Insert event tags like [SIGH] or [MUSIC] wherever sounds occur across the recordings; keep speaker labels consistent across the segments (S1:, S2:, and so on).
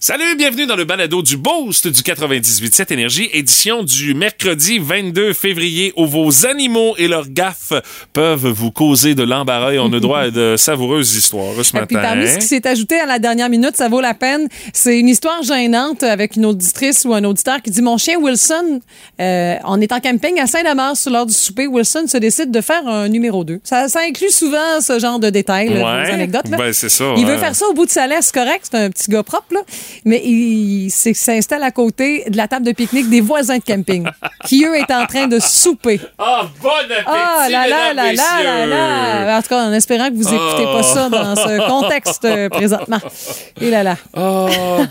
S1: Salut, bienvenue dans le balado du Boost du 98.7 Énergie, édition du mercredi 22 février où vos animaux et leurs gaffes peuvent vous causer de l'embarras et on a droit à de savoureuses histoires ce
S2: Et puis
S1: matin.
S2: parmi ce qui s'est ajouté à la dernière minute, ça vaut la peine. C'est une histoire gênante avec une auditrice ou un auditeur qui dit Mon chien Wilson, euh, on est en camping à Saint-Damas lors du souper. Wilson se décide de faire un numéro 2. Ça, ça inclut souvent ce genre de détails, là,
S1: Ouais.
S2: des anecdotes. là.
S1: Ben, c'est ça,
S2: Il
S1: hein.
S2: veut faire ça au bout de sa laisse, correct. C'est un petit gars propre, là. mais il, s'est- s'installe à côté de la table de pique-nique des voisins de camping [LAUGHS] qui, eux, est en train de souper.
S1: Ah, bon appétit,
S2: Ah là là là là
S1: mesdames,
S2: là
S1: messieurs. Oh.
S2: là! En tout cas, en espérant que vous n'écoutez pas ça dans ce contexte
S1: [LAUGHS]
S2: euh, présentement. Et là là.
S1: Ah,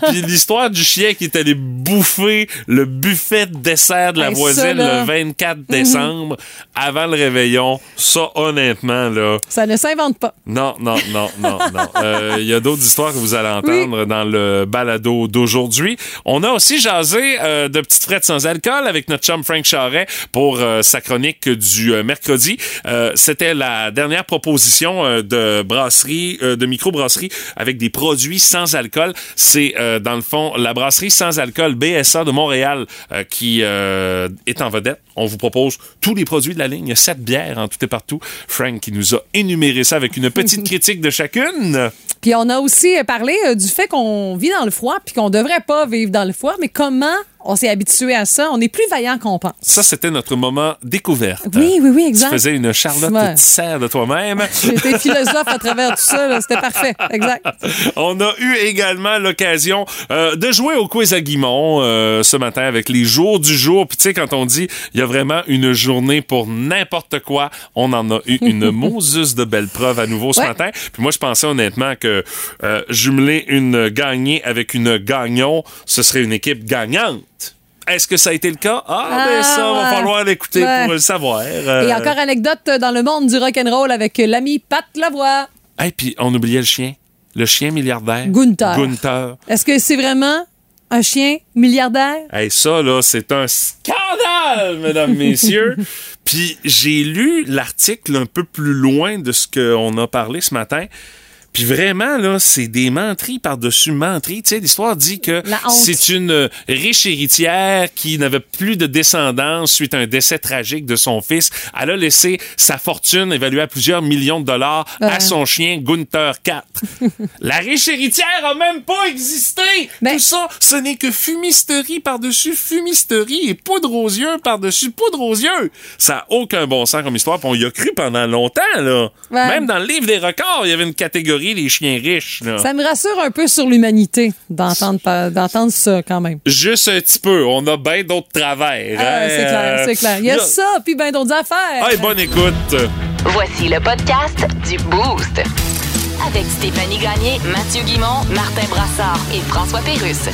S1: puis l'histoire du chien qui est allé bouffer le buffet de dessert de la
S2: Hey, ça,
S1: voisine
S2: là. Mm-hmm.
S1: le 24 décembre avant le réveillon, ça honnêtement là,
S2: Ça ne s'invente pas.
S1: non non non non non. Euh, Il y a d'autres histoires que vous allez entendre dans le balado d'aujourd'hui. On a aussi jasé euh, de petites frettes sans alcool avec notre chum Frank Charret pour euh, sa chronique du euh, mercredi. Euh, C'était la dernière proposition euh, de brasserie euh, de microbrasserie avec des produits sans alcool. C'est euh, dans le fond la brasserie sans alcool BSA de Montréal euh, qui euh, est en vedette. On vous propose tous les produits de la ligne, Il y a sept bières en tout et partout. Frank qui nous a énuméré ça avec une petite critique de chacune.
S2: Puis on a aussi euh, parlé euh, du fait qu'on vit dans le froid puis qu'on devrait pas vivre dans le froid, mais comment on s'est habitué à ça. On est plus vaillant qu'on pense.
S1: Ça c'était notre moment découverte.
S2: Oui, oui, oui,
S1: Euh, Tu
S2: exact.
S1: faisais une Charlotte
S2: Ouais.
S1: serre de toi-même. [LAUGHS]
S2: J'étais philosophe à travers tout ça. là. C'était parfait. Exact.
S1: On a eu également l'occasion euh, de jouer au quiz à Guimont euh, ce matin avec les jours du jour. Puis tu sais, quand on dit il y a vraiment une journée pour n'importe quoi, on en a
S2: [LAUGHS]
S1: eu une Moses de belles preuves à nouveau ce
S2: Ouais.
S1: matin. Puis moi, je pensais honnêtement que euh, jumeler une gagnée avec une gagnon, ce serait une équipe gagnante. Est-ce que ça a été le cas? Ah, ben
S2: Ah,
S1: ça, va
S2: ouais.
S1: falloir l'écouter
S2: Ouais.
S1: pour le savoir.
S2: Et
S1: Euh,
S2: encore anecdote euh, dans le monde du rock'n'roll avec euh, l'ami Pat Lavoie.
S1: hey, puis on oubliait le chien. Le chien milliardaire.
S2: Gunther.
S1: Gunther.
S2: Est-ce que c'est vraiment un chien milliardaire?
S1: Hey, ça, là, c'est un
S2: [LAUGHS]
S1: scandale, mesdames, messieurs. Puis j'ai lu l'article un peu plus loin de ce qu'on a parlé ce matin. Puis vraiment, là, c'est des menteries par-dessus menteries. Tu sais, l'histoire dit que
S2: La honte.
S1: c'est une euh, riche héritière qui n'avait plus de descendance suite à un décès tragique de son fils. Elle a laissé sa fortune évaluée à plusieurs millions de dollars à
S2: Euh.
S1: son chien Gunther 4.
S2: [LAUGHS]
S1: La riche héritière a même pas existé!
S2: Ben-
S1: Tout ça, ce n'est que fumisterie par-dessus fumisterie et poudre aux yeux par-dessus poudre aux yeux. Ça a aucun bon sens comme histoire, puis on y a cru pendant longtemps, là.
S2: Ouais.
S1: Même dans le livre des records, il y avait une catégorie des chiens riches, là.
S2: Ça me rassure un peu sur l'humanité d'entendre par- d'entendre ça quand même.
S1: Juste un petit peu, on a bien d'autres travers.
S2: Ah,
S1: hein.
S2: c'est clair, c'est clair. Il y a
S1: Là- Ah,
S2: ça, puis ben d'autres affaires.
S1: Hey, bonne écoute.
S3: Voici le podcast du Boost. Avec Stéphanie Gagné, Mathieu Guimont, Martin Brassard et François Pérusse.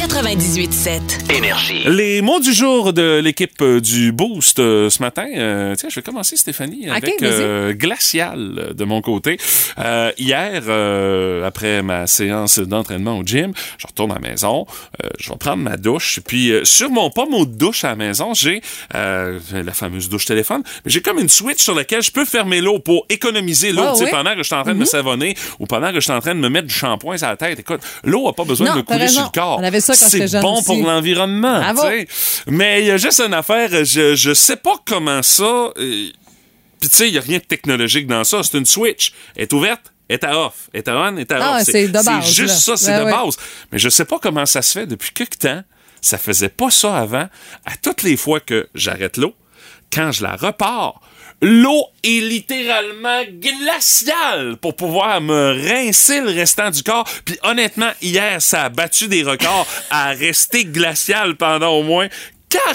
S3: 98.7.
S4: Énergie.
S1: Les mots du jour de l'équipe euh, du Boost euh, ce matin. Euh, tiens, je vais commencer, Stéphanie, avec
S2: vas-y.
S1: euh, Glacial euh, de mon côté. Euh, hier, euh, après ma séance d'entraînement au gym, je retourne à la maison, euh, je vais prendre ma douche. Puis euh, sur mon pommeau de douche à la maison, j'ai euh, la fameuse douche téléphone. Mais j'ai comme une switch sur laquelle je peux fermer l'eau pour économiser l'eau
S2: Ah
S1: tu sais,
S2: oui?
S1: pendant que je suis en train de me savonner ou pendant que je suis en train de me mettre du shampoing sur la tête. Écoute, l'eau a pas besoin
S2: Non,
S1: de me
S2: t'as
S1: couler sur
S2: raison.
S1: le corps.
S2: On avait ça quand j'étais
S1: C'est
S2: jeune
S1: bon pour
S2: aussi.
S1: l'environnement.
S2: Bravo.
S1: tu sais. Mais il y a juste une affaire, je, je sais pas comment ça. euh, Puis tu sais, il n'y a rien de technologique dans ça. C'est une switch. Elle est ouverte, elle est à off. Elle est à on, elle est à
S2: Ah,
S1: off.
S2: c'est de base,
S1: juste
S2: là.
S1: ça, c'est
S2: Ouais,
S1: de
S2: ouais.
S1: base. Mais je sais pas comment ça se fait depuis quelque temps. Ça faisait pas ça avant. À toutes les fois que j'arrête l'eau, quand je la repars, l'eau est littéralement glaciale pour pouvoir me rincer le restant du corps. Puis honnêtement, hier, ça a battu des records à rester glaciale pendant au moins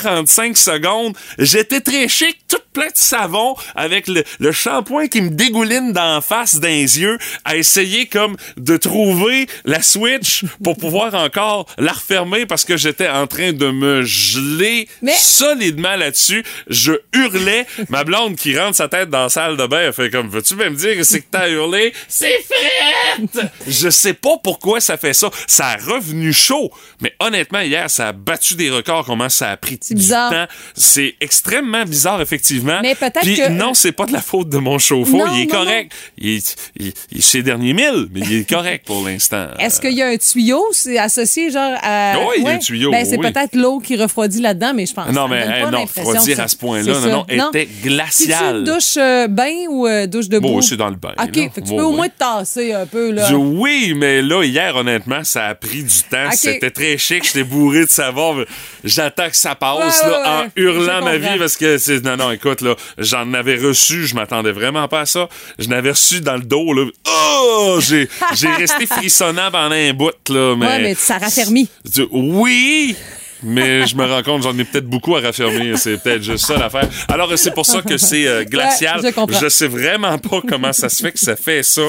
S1: 45 secondes. J'étais très chic, toute plein de savon, avec le, le shampoing qui me dégouline d'en face d'un yeux, à essayer comme de trouver la switch pour pouvoir encore la refermer parce que j'étais en train de me geler
S2: Mais-
S1: solidement là-dessus. Je hurlais. Ma blonde qui rentre sa tête dans la salle de bain, elle fait comme, veux-tu bien me dire que c'est que t'as hurlé? C'est frette! Je sais pas pourquoi ça fait ça. Ça a revenu chaud. Mais honnêtement, hier, ça a battu des records, comment ça a pris
S2: C'est
S1: du
S2: bizarre.
S1: temps. C'est extrêmement bizarre, effectivement.
S2: Mais peut-être
S1: Puis
S2: que-
S1: non, c'est pas de la faute de mon chauffe-eau.
S2: Non,
S1: il est
S2: non,
S1: correct. Il est, il- il est chez les derniers mille, mais il est correct pour l'instant.
S2: Est-ce qu'il y a un tuyau c'est associé genre à.
S1: Oui, il y a un tuyau,
S2: Ben, c'est
S1: oui.
S2: peut-être l'eau qui refroidit là-dedans, mais je pense. ça
S1: Non, mais
S2: donne pas
S1: hey, non,
S2: l'impression
S1: refroidir
S2: que
S1: à ce
S2: c'est-
S1: point-là,
S2: c'est
S1: non,
S2: ça.
S1: non, était
S2: C'est-tu
S1: glaciale.
S2: douche euh, bain ou euh, douche debout?
S1: Bon, c'est dans le bain,
S2: OK,
S1: là.
S2: fait que tu
S1: Bon,
S2: peux au
S1: oui.
S2: moins te tasser un peu, là.
S1: Je- oui, mais là, hier, honnêtement, ça a pris du temps.
S2: Ok.
S1: C'était très chic. J'étais bourré de savoir. mais J'attends que ça passe
S2: Ouais,
S1: là,
S2: ouais, ouais.
S1: en hurlant
S2: Je
S1: ma vie
S2: comprends.
S1: parce que c'est. Non, non, écoute, là, j'en avais reçu. Je m'attendais vraiment pas à ça. Je n'avais reçu dans le dos. Là. Oh! J'ai j'ai resté frissonnant pendant un bout. Là, mais...
S2: Ouais, mais ça raffermit.
S1: Je dis, Oui! Mais je me rends compte, j'en ai peut-être beaucoup à raffermir. C'est peut-être juste ça l'affaire. Alors, c'est pour ça que c'est euh, glacial.
S2: Ouais, je comprends.
S1: sais vraiment pas comment ça se fait que ça fait ça.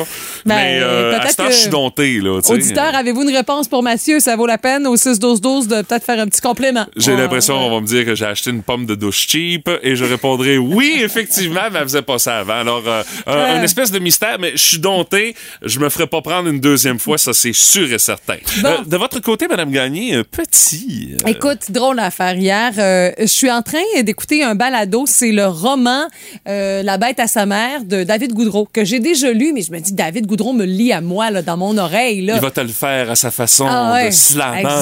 S2: Ben,
S1: mais euh, à
S2: peut-être
S1: ce temps,
S2: que-
S1: je suis dompté. Là, tu sais. hein.
S2: Auditeur, avez-vous une réponse pour Mathieu? Ça vaut la peine au 6-12-12 de peut-être faire un petit complément.
S1: J'ai
S2: Ouais,
S1: l'impression
S2: ouais.
S1: qu'on va me dire que j'ai acheté une pomme de douche cheap et je répondrai oui, effectivement, mais elle faisait pas ça avant. Alors, euh, un-
S2: Euh.
S1: une espèce de mystère, mais je suis dompté. Je me ferai pas prendre une deuxième fois, ça c'est sûr et certain.
S2: Bon.
S1: Euh, de votre côté, Madame Gagné, euh, petit. euh,
S2: Écoute, drôle affaire hier. euh, je suis en train d'écouter un balado. C'est le roman euh, La bête à sa mère de David Goudreau que j'ai déjà lu, mais je me dis David Goudreau me lit à moi là dans mon oreille là.
S1: Il va te le faire à sa façon
S2: Ah ouais,
S1: de slammer.
S2: Exact.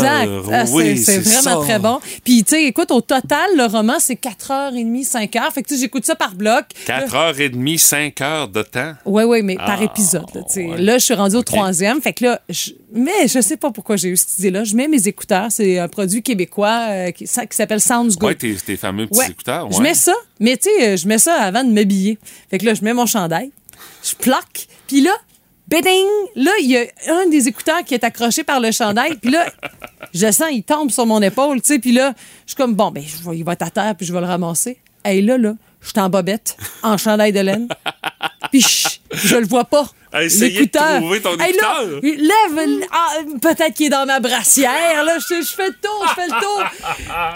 S2: Ah, c'est-
S1: euh, oui,
S2: c'est vraiment
S1: ça.
S2: très bon. Puis, tu sais, écoute, au total, le roman, c'est 4h30, 5h. Fait que, tu sais, j'écoute ça par bloc.
S1: 4h30, 5 heures de temps.
S2: Oui, oui, mais par
S1: Ah,
S2: épisode. Là, tu sais.
S1: ouais.
S2: Là, je suis rendue au troisième. Fait que là, je... mais je sais pas pourquoi j'ai eu cette idée-là. Je mets mes écouteurs. C'est un produit québécois euh, qui, ça- qui s'appelle Sounds Good.
S1: Ouais, tes, tes fameux petits
S2: Ouais.
S1: écouteurs.
S2: Je
S1: ouais.
S2: mets ça, mais tu sais, euh, je mets ça avant de m'habiller. Fait que là, je mets mon chandail, je plaque, puis là, béding, là, il y a un des écouteurs qui est accroché par le chandail, puis là, je sens, il tombe sur mon épaule, tu sais, puis là, je suis comme, bon, ben, je vais- il va être à terre, puis je vais le ramasser. Et là, là, je suis en bobette, en chandail de laine, puis chut, je le vois pas.
S1: Hey, essayez de
S2: L'écouteur.
S1: trouver ton
S2: Hey, là,
S1: écouteur.
S2: lève, ah, peut-être qu'il est dans ma brassière, là, je, je fais le tour, je fais le tour.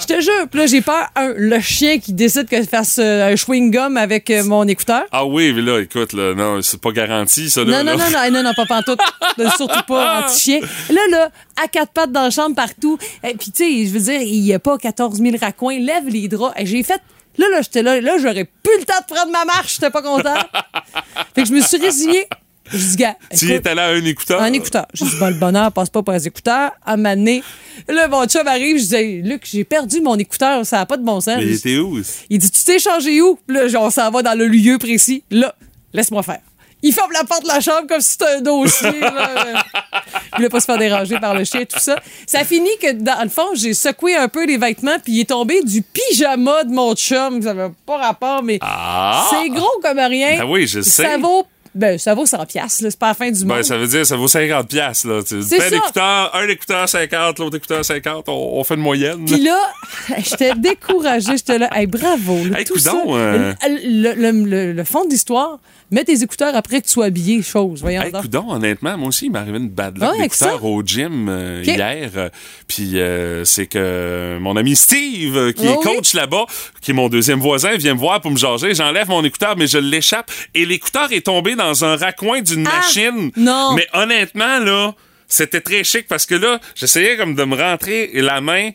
S2: Je te jure. Puis là, j'ai peur, un, le chien qui décide que je fasse euh, un chewing-gum avec euh, mon écouteur.
S1: Ah oui, mais là, écoute, là, non, c'est pas garanti, ça. Là,
S2: Non, non,
S1: là.
S2: non, non, non, non, pas pantoute. Euh, Surtout pas anti-chien. Là, là, à quatre pattes dans la chambre partout. Et Puis, tu sais, je veux dire, il n'y a pas 14 000 raccoins. Lève les draps. Et J'ai fait. Là, là, j'étais là. Là, j'aurais plus le temps de prendre ma marche. J'étais pas
S1: [LAUGHS]
S2: content. fait que je me suis résignée. Je dis, gars,
S1: [LAUGHS] Tu
S2: écoute,
S1: étais là à un écouteur.
S2: un écouteur. J'ai dit, bon, le bonheur passe pas par les écouteurs. À m'amener. Là, mon chum arrive. Je dis, Hey, Luc, j'ai perdu mon écouteur. Ça n'a pas de bon sens.
S1: Mais il
S2: Je dis,
S1: était où?
S2: il dit Tu t'es changé où Là, genre, on s'en va dans le lieu précis. Là, laisse-moi faire. Il ferme la porte de la chambre comme si c'était un
S1: [LAUGHS]
S2: dossier. là. Il voulait pas se faire déranger par le chien, tout ça. Ça finit que, dans le fond, j'ai secoué un peu les vêtements, puis il est tombé du pyjama de mon chum. Ça n'avait pas rapport, mais
S1: Ah!
S2: c'est gros comme rien.
S1: Ben oui, je
S2: Ça
S1: sais.
S2: vaut, ben, ça vaut 100$, piastres, là. c'est pas la fin du
S1: Ben,
S2: monde.
S1: ça veut dire, ça vaut 50 piastres, là. Tu
S2: C'est
S1: fais un
S2: ça.
S1: écouteur, un écouteur 50, l'autre écouteur 50, on, on fait une moyenne.
S2: Puis là, [LAUGHS] j'étais découragée. J'étais là, hey, bravo. là,
S1: Hey,
S2: tout ça.
S1: coudonc, euh.
S2: Le, le- le- le fond de l'histoire, mets tes écouteurs après que tu sois habillé, chose. Voyons
S1: Hey,
S2: donc. Ah
S1: coudon, honnêtement, moi aussi, il m'est arrivé une bad luck
S2: Ouais, avec
S1: d'écouteurs
S2: ça.
S1: au gym euh,
S2: Ok.
S1: hier. euh, Puis euh, c'est que mon ami Steve, euh, qui
S2: Oh
S1: est
S2: oui.
S1: coach là-bas, qui est mon deuxième voisin, vient me voir pour me jaser. J'enlève mon écouteur, mais je l'échappe. Et l'écouteur est tombé dans un raccoin d'une
S2: Ah!
S1: machine.
S2: Non.
S1: Mais honnêtement, là, c'était très chic parce que là, j'essayais comme de me rentrer la main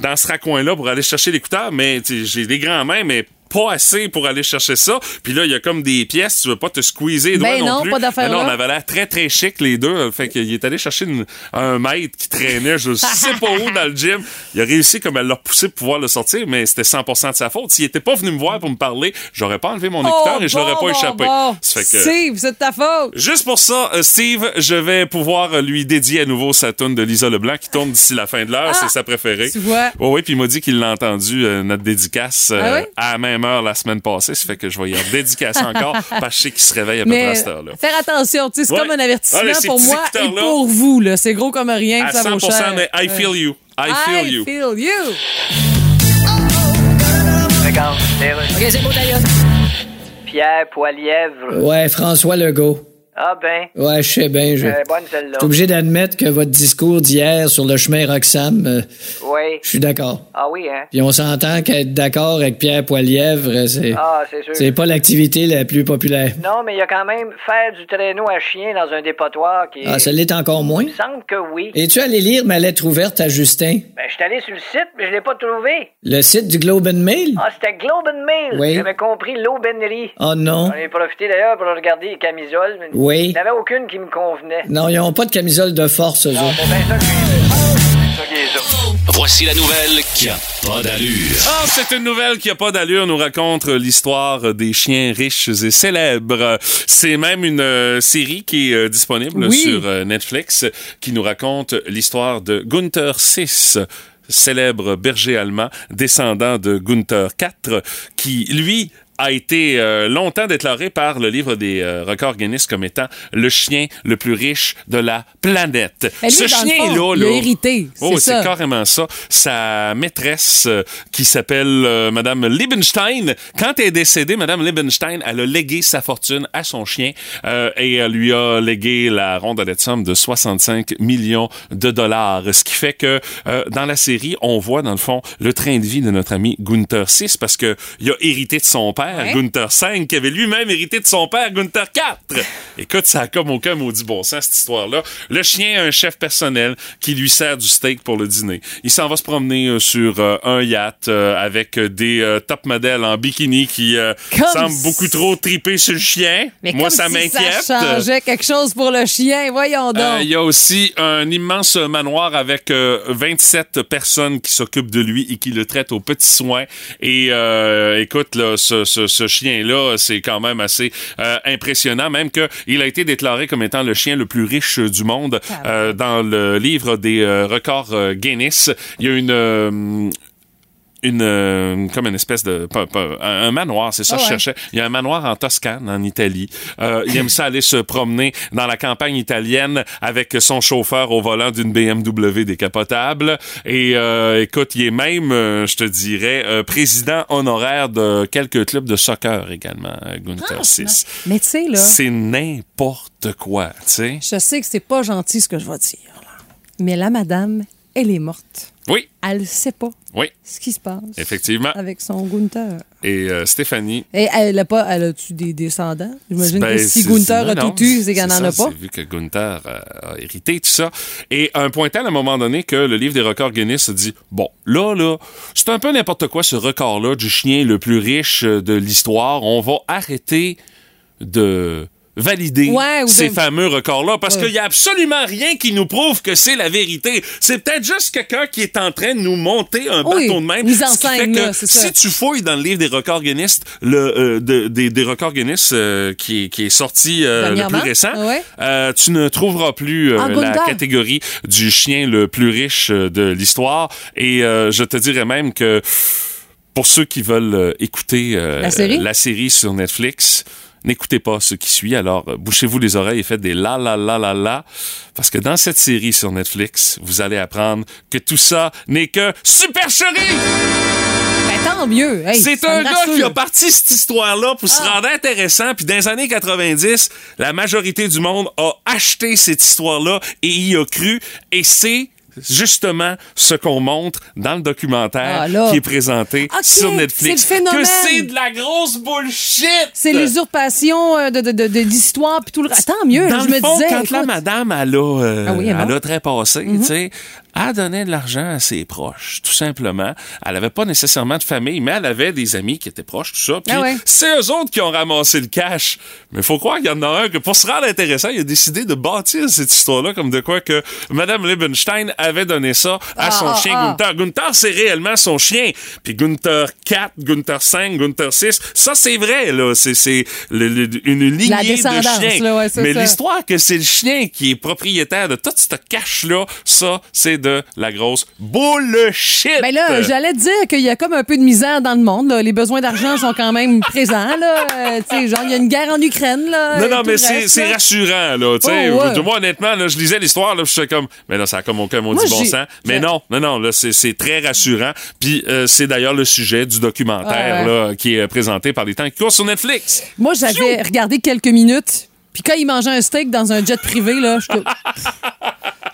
S1: dans ce raccoin-là pour aller chercher l'écouteur, mais tu sais, j'ai des grands mains, mais pas assez pour aller chercher ça. Puis là, il y a comme des pièces, tu veux pas te squeezer les
S2: Ben
S1: doigts
S2: non,
S1: plus.
S2: pas d'affaire
S1: Mais non,
S2: là.
S1: on avait l'air très, très chic, les deux. Fait qu'il est allé chercher une- un maître qui traînait je sais pas où dans le gym. Il a réussi comme à le repousser pour pouvoir le sortir, mais c'était 100 de sa faute. S'il était pas venu me voir pour me parler, j'aurais pas enlevé
S2: Oh,
S1: mon écouteur et je l'aurais pas échappé. Ça fait que-
S2: Steve, c'est de ta faute.
S1: Juste pour ça, euh, Steve, je vais pouvoir euh, lui dédier à nouveau sa tune de Lisa Leblanc qui tourne d'ici la fin de l'heure.
S2: Ah!
S1: c'est sa préférée.
S2: Tu vois.
S1: Oh oui, puis il m'a dit qu'il l'a entendu, euh, notre dédicace, euh,
S2: Ah oui?
S1: à la même heure la semaine passée. Ça fait que je vais y avoir dédicace
S2: [LAUGHS]
S1: encore parce que je sais qu'il se réveille à peu près
S2: Mais
S1: à cette heure-là.
S2: faire attention, tu sais, c'est
S1: Ouais.
S2: comme un avertissement
S1: Ah, là, ces
S2: pour
S1: petits
S2: moi et
S1: écouteurs-là.
S2: pour vous. là. C'est gros comme rien,
S1: À
S2: ça vaut
S1: 100
S2: cher.
S1: mais
S2: Ouais.
S1: I feel you. I feel you.
S2: feel you.
S4: Pierre Poilièvre.
S5: Ouais, François Legault.
S4: Ah ben.
S5: Ouais, je sais bien. Je
S4: Euh, bonne celle-là.
S5: je suis obligé d'admettre que votre discours d'hier sur le chemin Roxham, euh,
S4: Oui.
S5: je suis d'accord.
S4: Ah oui, hein?
S5: Puis on s'entend qu'être d'accord avec Pierre Poilièvre, euh, c'est
S4: Ah, c'est sûr.
S5: c'est pas l'activité la plus populaire.
S4: Non, mais il y a quand même faire du traîneau à chien dans un dépotoir qui.
S5: Ah, ça l'est encore moins.
S4: Il me semble que oui.
S5: Es-tu allé lire ma lettre ouverte à Justin?
S4: Ben, je suis allé sur le site, mais je l'ai pas trouvé.
S5: Le site du Globe and Mail?
S4: Ah, c'était Globe and Mail.
S5: Oui.
S4: J'avais compris l'aubainerie.
S5: Oh non.
S4: J'en ai profité d'ailleurs pour regarder les camisoles. mais
S5: Oui.
S4: Il n'y en avait aucune qui me convenait.
S5: Non, ils ont pas de camisole de force, eux autres.
S4: Bon, ben, ça, c'est- ça, c'est ça.
S6: Voici la nouvelle qui a pas d'allure.
S1: Ah, c'est une nouvelle qui a pas d'allure, nous raconte l'histoire des chiens riches et célèbres. C'est même une euh, série qui est euh, disponible
S2: Oui.
S1: sur euh, Netflix qui nous raconte l'histoire de Gunther VI célèbre berger allemand, descendant de Gunther IV, qui, lui, a été euh, longtemps déclaré par le livre des euh, records Guinness comme étant le chien le plus riche de la planète.
S2: Mais lui,
S1: Ce
S2: dans le fond,
S1: chien-là,
S2: il a
S1: là,
S2: hérité, c'est
S1: oh,
S2: ça.
S1: c'est carrément ça. Sa maîtresse, euh, qui s'appelle euh, Madame Liebenstein, quand elle est décédée, Madame Liebenstein, elle a légué sa fortune à son chien euh, et elle lui a légué la rondelette somme de 65 millions de dollars. Ce qui fait que euh, dans la série, on voit dans le fond le train de vie de notre ami Gunther VI parce que il a hérité de son père,
S2: Ouais.
S1: Gunther V, qui avait lui-même hérité de son père, Gunther IV. Écoute, ça a comme aucun maudit bon sens, cette histoire-là. Le chien a un chef personnel qui lui sert du steak pour le dîner. Il s'en va se promener euh, sur euh, un yacht euh, avec euh, des euh, top modèles en bikini qui euh,
S2: Comme
S1: semblent
S2: si-
S1: beaucoup trop triper sur le chien.
S2: Mais
S1: Moi,
S2: comme
S1: ça
S2: si
S1: m'inquiète.
S2: Ça changeait quelque chose pour le chien, voyons donc.
S1: Euh, Il y a aussi un immense manoir avec euh, 27 personnes qui s'occupent de lui et qui le traitent aux petits soins. Et euh, écoute, là, ce, ce- ce chien-là, c'est quand même assez euh, impressionnant, même que il a été déclaré comme étant le chien le plus riche euh, du monde
S2: Ah
S1: euh, dans le livre des euh, records euh, Guinness. Il y a une... euh, une euh, comme une espèce de pas- pas- un un manoir, c'est ça
S2: Ah
S1: que je
S2: ouais.
S1: cherchais. Il y a un manoir en Toscane en Italie. Euh, il aime ça aller se promener dans la campagne italienne avec son chauffeur au volant d'une BMW décapotable et euh, écoute, il est même euh, je te dirais euh, président honoraire de quelques clubs de soccer également, euh, Gunther
S2: Franchement.
S1: Sis.
S2: Mais tu sais, là,
S1: C'est n'importe quoi, tu sais.
S2: je sais que c'est pas gentil ce que je vais dire, là. mais la madame, elle est morte.
S1: Oui,
S2: Elle sait pas
S1: oui,
S2: ce qui se passe.
S1: effectivement.
S2: Avec son Gunther.
S1: Et euh, Stéphanie
S2: Et elle a pas, elle a-tu des descendants? J'imagine
S1: Ben,
S2: que si
S1: c'est-
S2: Gunther
S1: non,
S2: a
S1: non,
S2: tout eu, c'est qu'elle
S1: ça,
S2: n'en a pas.
S1: c'est Vu que Gunther euh, a hérité tout ça. Et un point tel, à un moment donné, que le livre des records Guinness a dit Bon, là, là, c'est un peu n'importe quoi ce record-là du chien le plus riche euh, de l'histoire. On va arrêter de valider
S2: Ouais, ou
S1: ces
S2: de-
S1: fameux records-là parce
S2: Ouais.
S1: qu'il n'y a absolument rien qui nous prouve que c'est la vérité. C'est peut-être juste quelqu'un qui est en train de nous monter un
S2: Oui,
S1: bâton de même.
S2: mise en
S1: ce qui fait
S2: scène,
S1: que
S2: là, c'est ça.
S1: si tu fouilles dans le livre des records Guinness, le, euh, de- des, des records Guinness euh, qui, est- qui est sorti euh, le plus
S2: Dernièrement?
S1: récent,
S2: Ouais.
S1: euh, tu ne trouveras plus euh,
S2: Ah,
S1: la
S2: Gundam.
S1: catégorie du chien le plus riche euh, de l'histoire. Et euh, je te dirais même que pour ceux qui veulent euh, écouter euh,
S2: La série?
S1: série sur Netflix, n'écoutez pas ce qui suit. Alors, euh, bouchez-vous les oreilles et faites des la la la la la. Parce que dans cette série sur Netflix, vous allez apprendre que tout ça n'est que supercherie!
S2: Ben, tant mieux. Hey,
S1: C'est
S2: ça
S1: un
S2: me
S1: gars
S2: rassure. Ah.
S1: qui a parti cette histoire-là pour se rendre intéressant. Puis dans les années 90, la majorité du monde a acheté cette histoire-là et y a cru. Et c'est justement ce qu'on montre dans le documentaire
S2: Ah, là.
S1: qui est présenté
S2: Ok,
S1: sur Netflix.
S2: c'est le phénomène.
S1: Que c'est de la grosse bullshit!
S2: C'est l'usurpation euh, de, de, de, de l'histoire puis tout le reste. Tant mieux, là,
S1: Dans
S2: je
S1: le
S2: me
S1: fond,
S2: disais.
S1: quand la
S2: écoute,
S1: madame, elle a, euh,
S2: Ah oui, elle est morte. Mhm.
S1: elle a trépassé, tu sais, elle donnait de l'argent à ses proches, tout simplement. Elle avait pas nécessairement de famille, mais elle avait des amis qui étaient proches, tout ça. Puis
S2: Ah ouais.
S1: c'est eux autres qui ont ramassé le cash. Mais faut croire qu'il y en a un que, pour se rendre intéressant, il a décidé de bâtir cette histoire-là comme de quoi que Madame Liebenstein avait donné ça à
S2: Ah,
S1: son
S2: ah,
S1: chien
S2: ah.
S1: Gunther. Gunther, c'est réellement son chien. Puis Gunther 4, Gunther 5, Gunther 6, ça, c'est vrai, là. C'est- C'est le- le- une lignée de
S2: descendance,
S1: chiens.
S2: là, ouais, c'est
S1: Mais
S2: ça.
S1: l'histoire l'histoire que c'est le chien qui est propriétaire de toute cette cache-là, ça, c'est de la grosse bullshit.
S2: Ben là, j'allais te dire qu'il y a comme un peu de misère dans le monde. là. Les besoins d'argent sont quand même présents. Là. Euh, tu sais, genre, il y a une guerre en Ukraine. Là,
S1: non,
S2: et
S1: non,
S2: tout
S1: mais
S2: le
S1: c'est
S2: reste,
S1: c'est
S2: là.
S1: rassurant, là. Tu sais,
S2: Oh, ouais.
S1: Je- Moi, honnêtement, là, je lisais l'histoire, là, puis je suis comme, mais là, ça a comme aucun maudit
S2: Moi,
S1: bon
S2: j'ai-
S1: sens. Mais
S2: j'ai-
S1: non, non, non, là, c'est- c'est très rassurant. Puis euh, c'est d'ailleurs le sujet du documentaire
S2: Ouais,
S1: là, qui est présenté par les temps qui courent sur Netflix.
S2: Moi, j'avais regardé quelques minutes. Puis quand il mangeait un steak dans un jet privé, là, je
S1: [LAUGHS]
S2: te-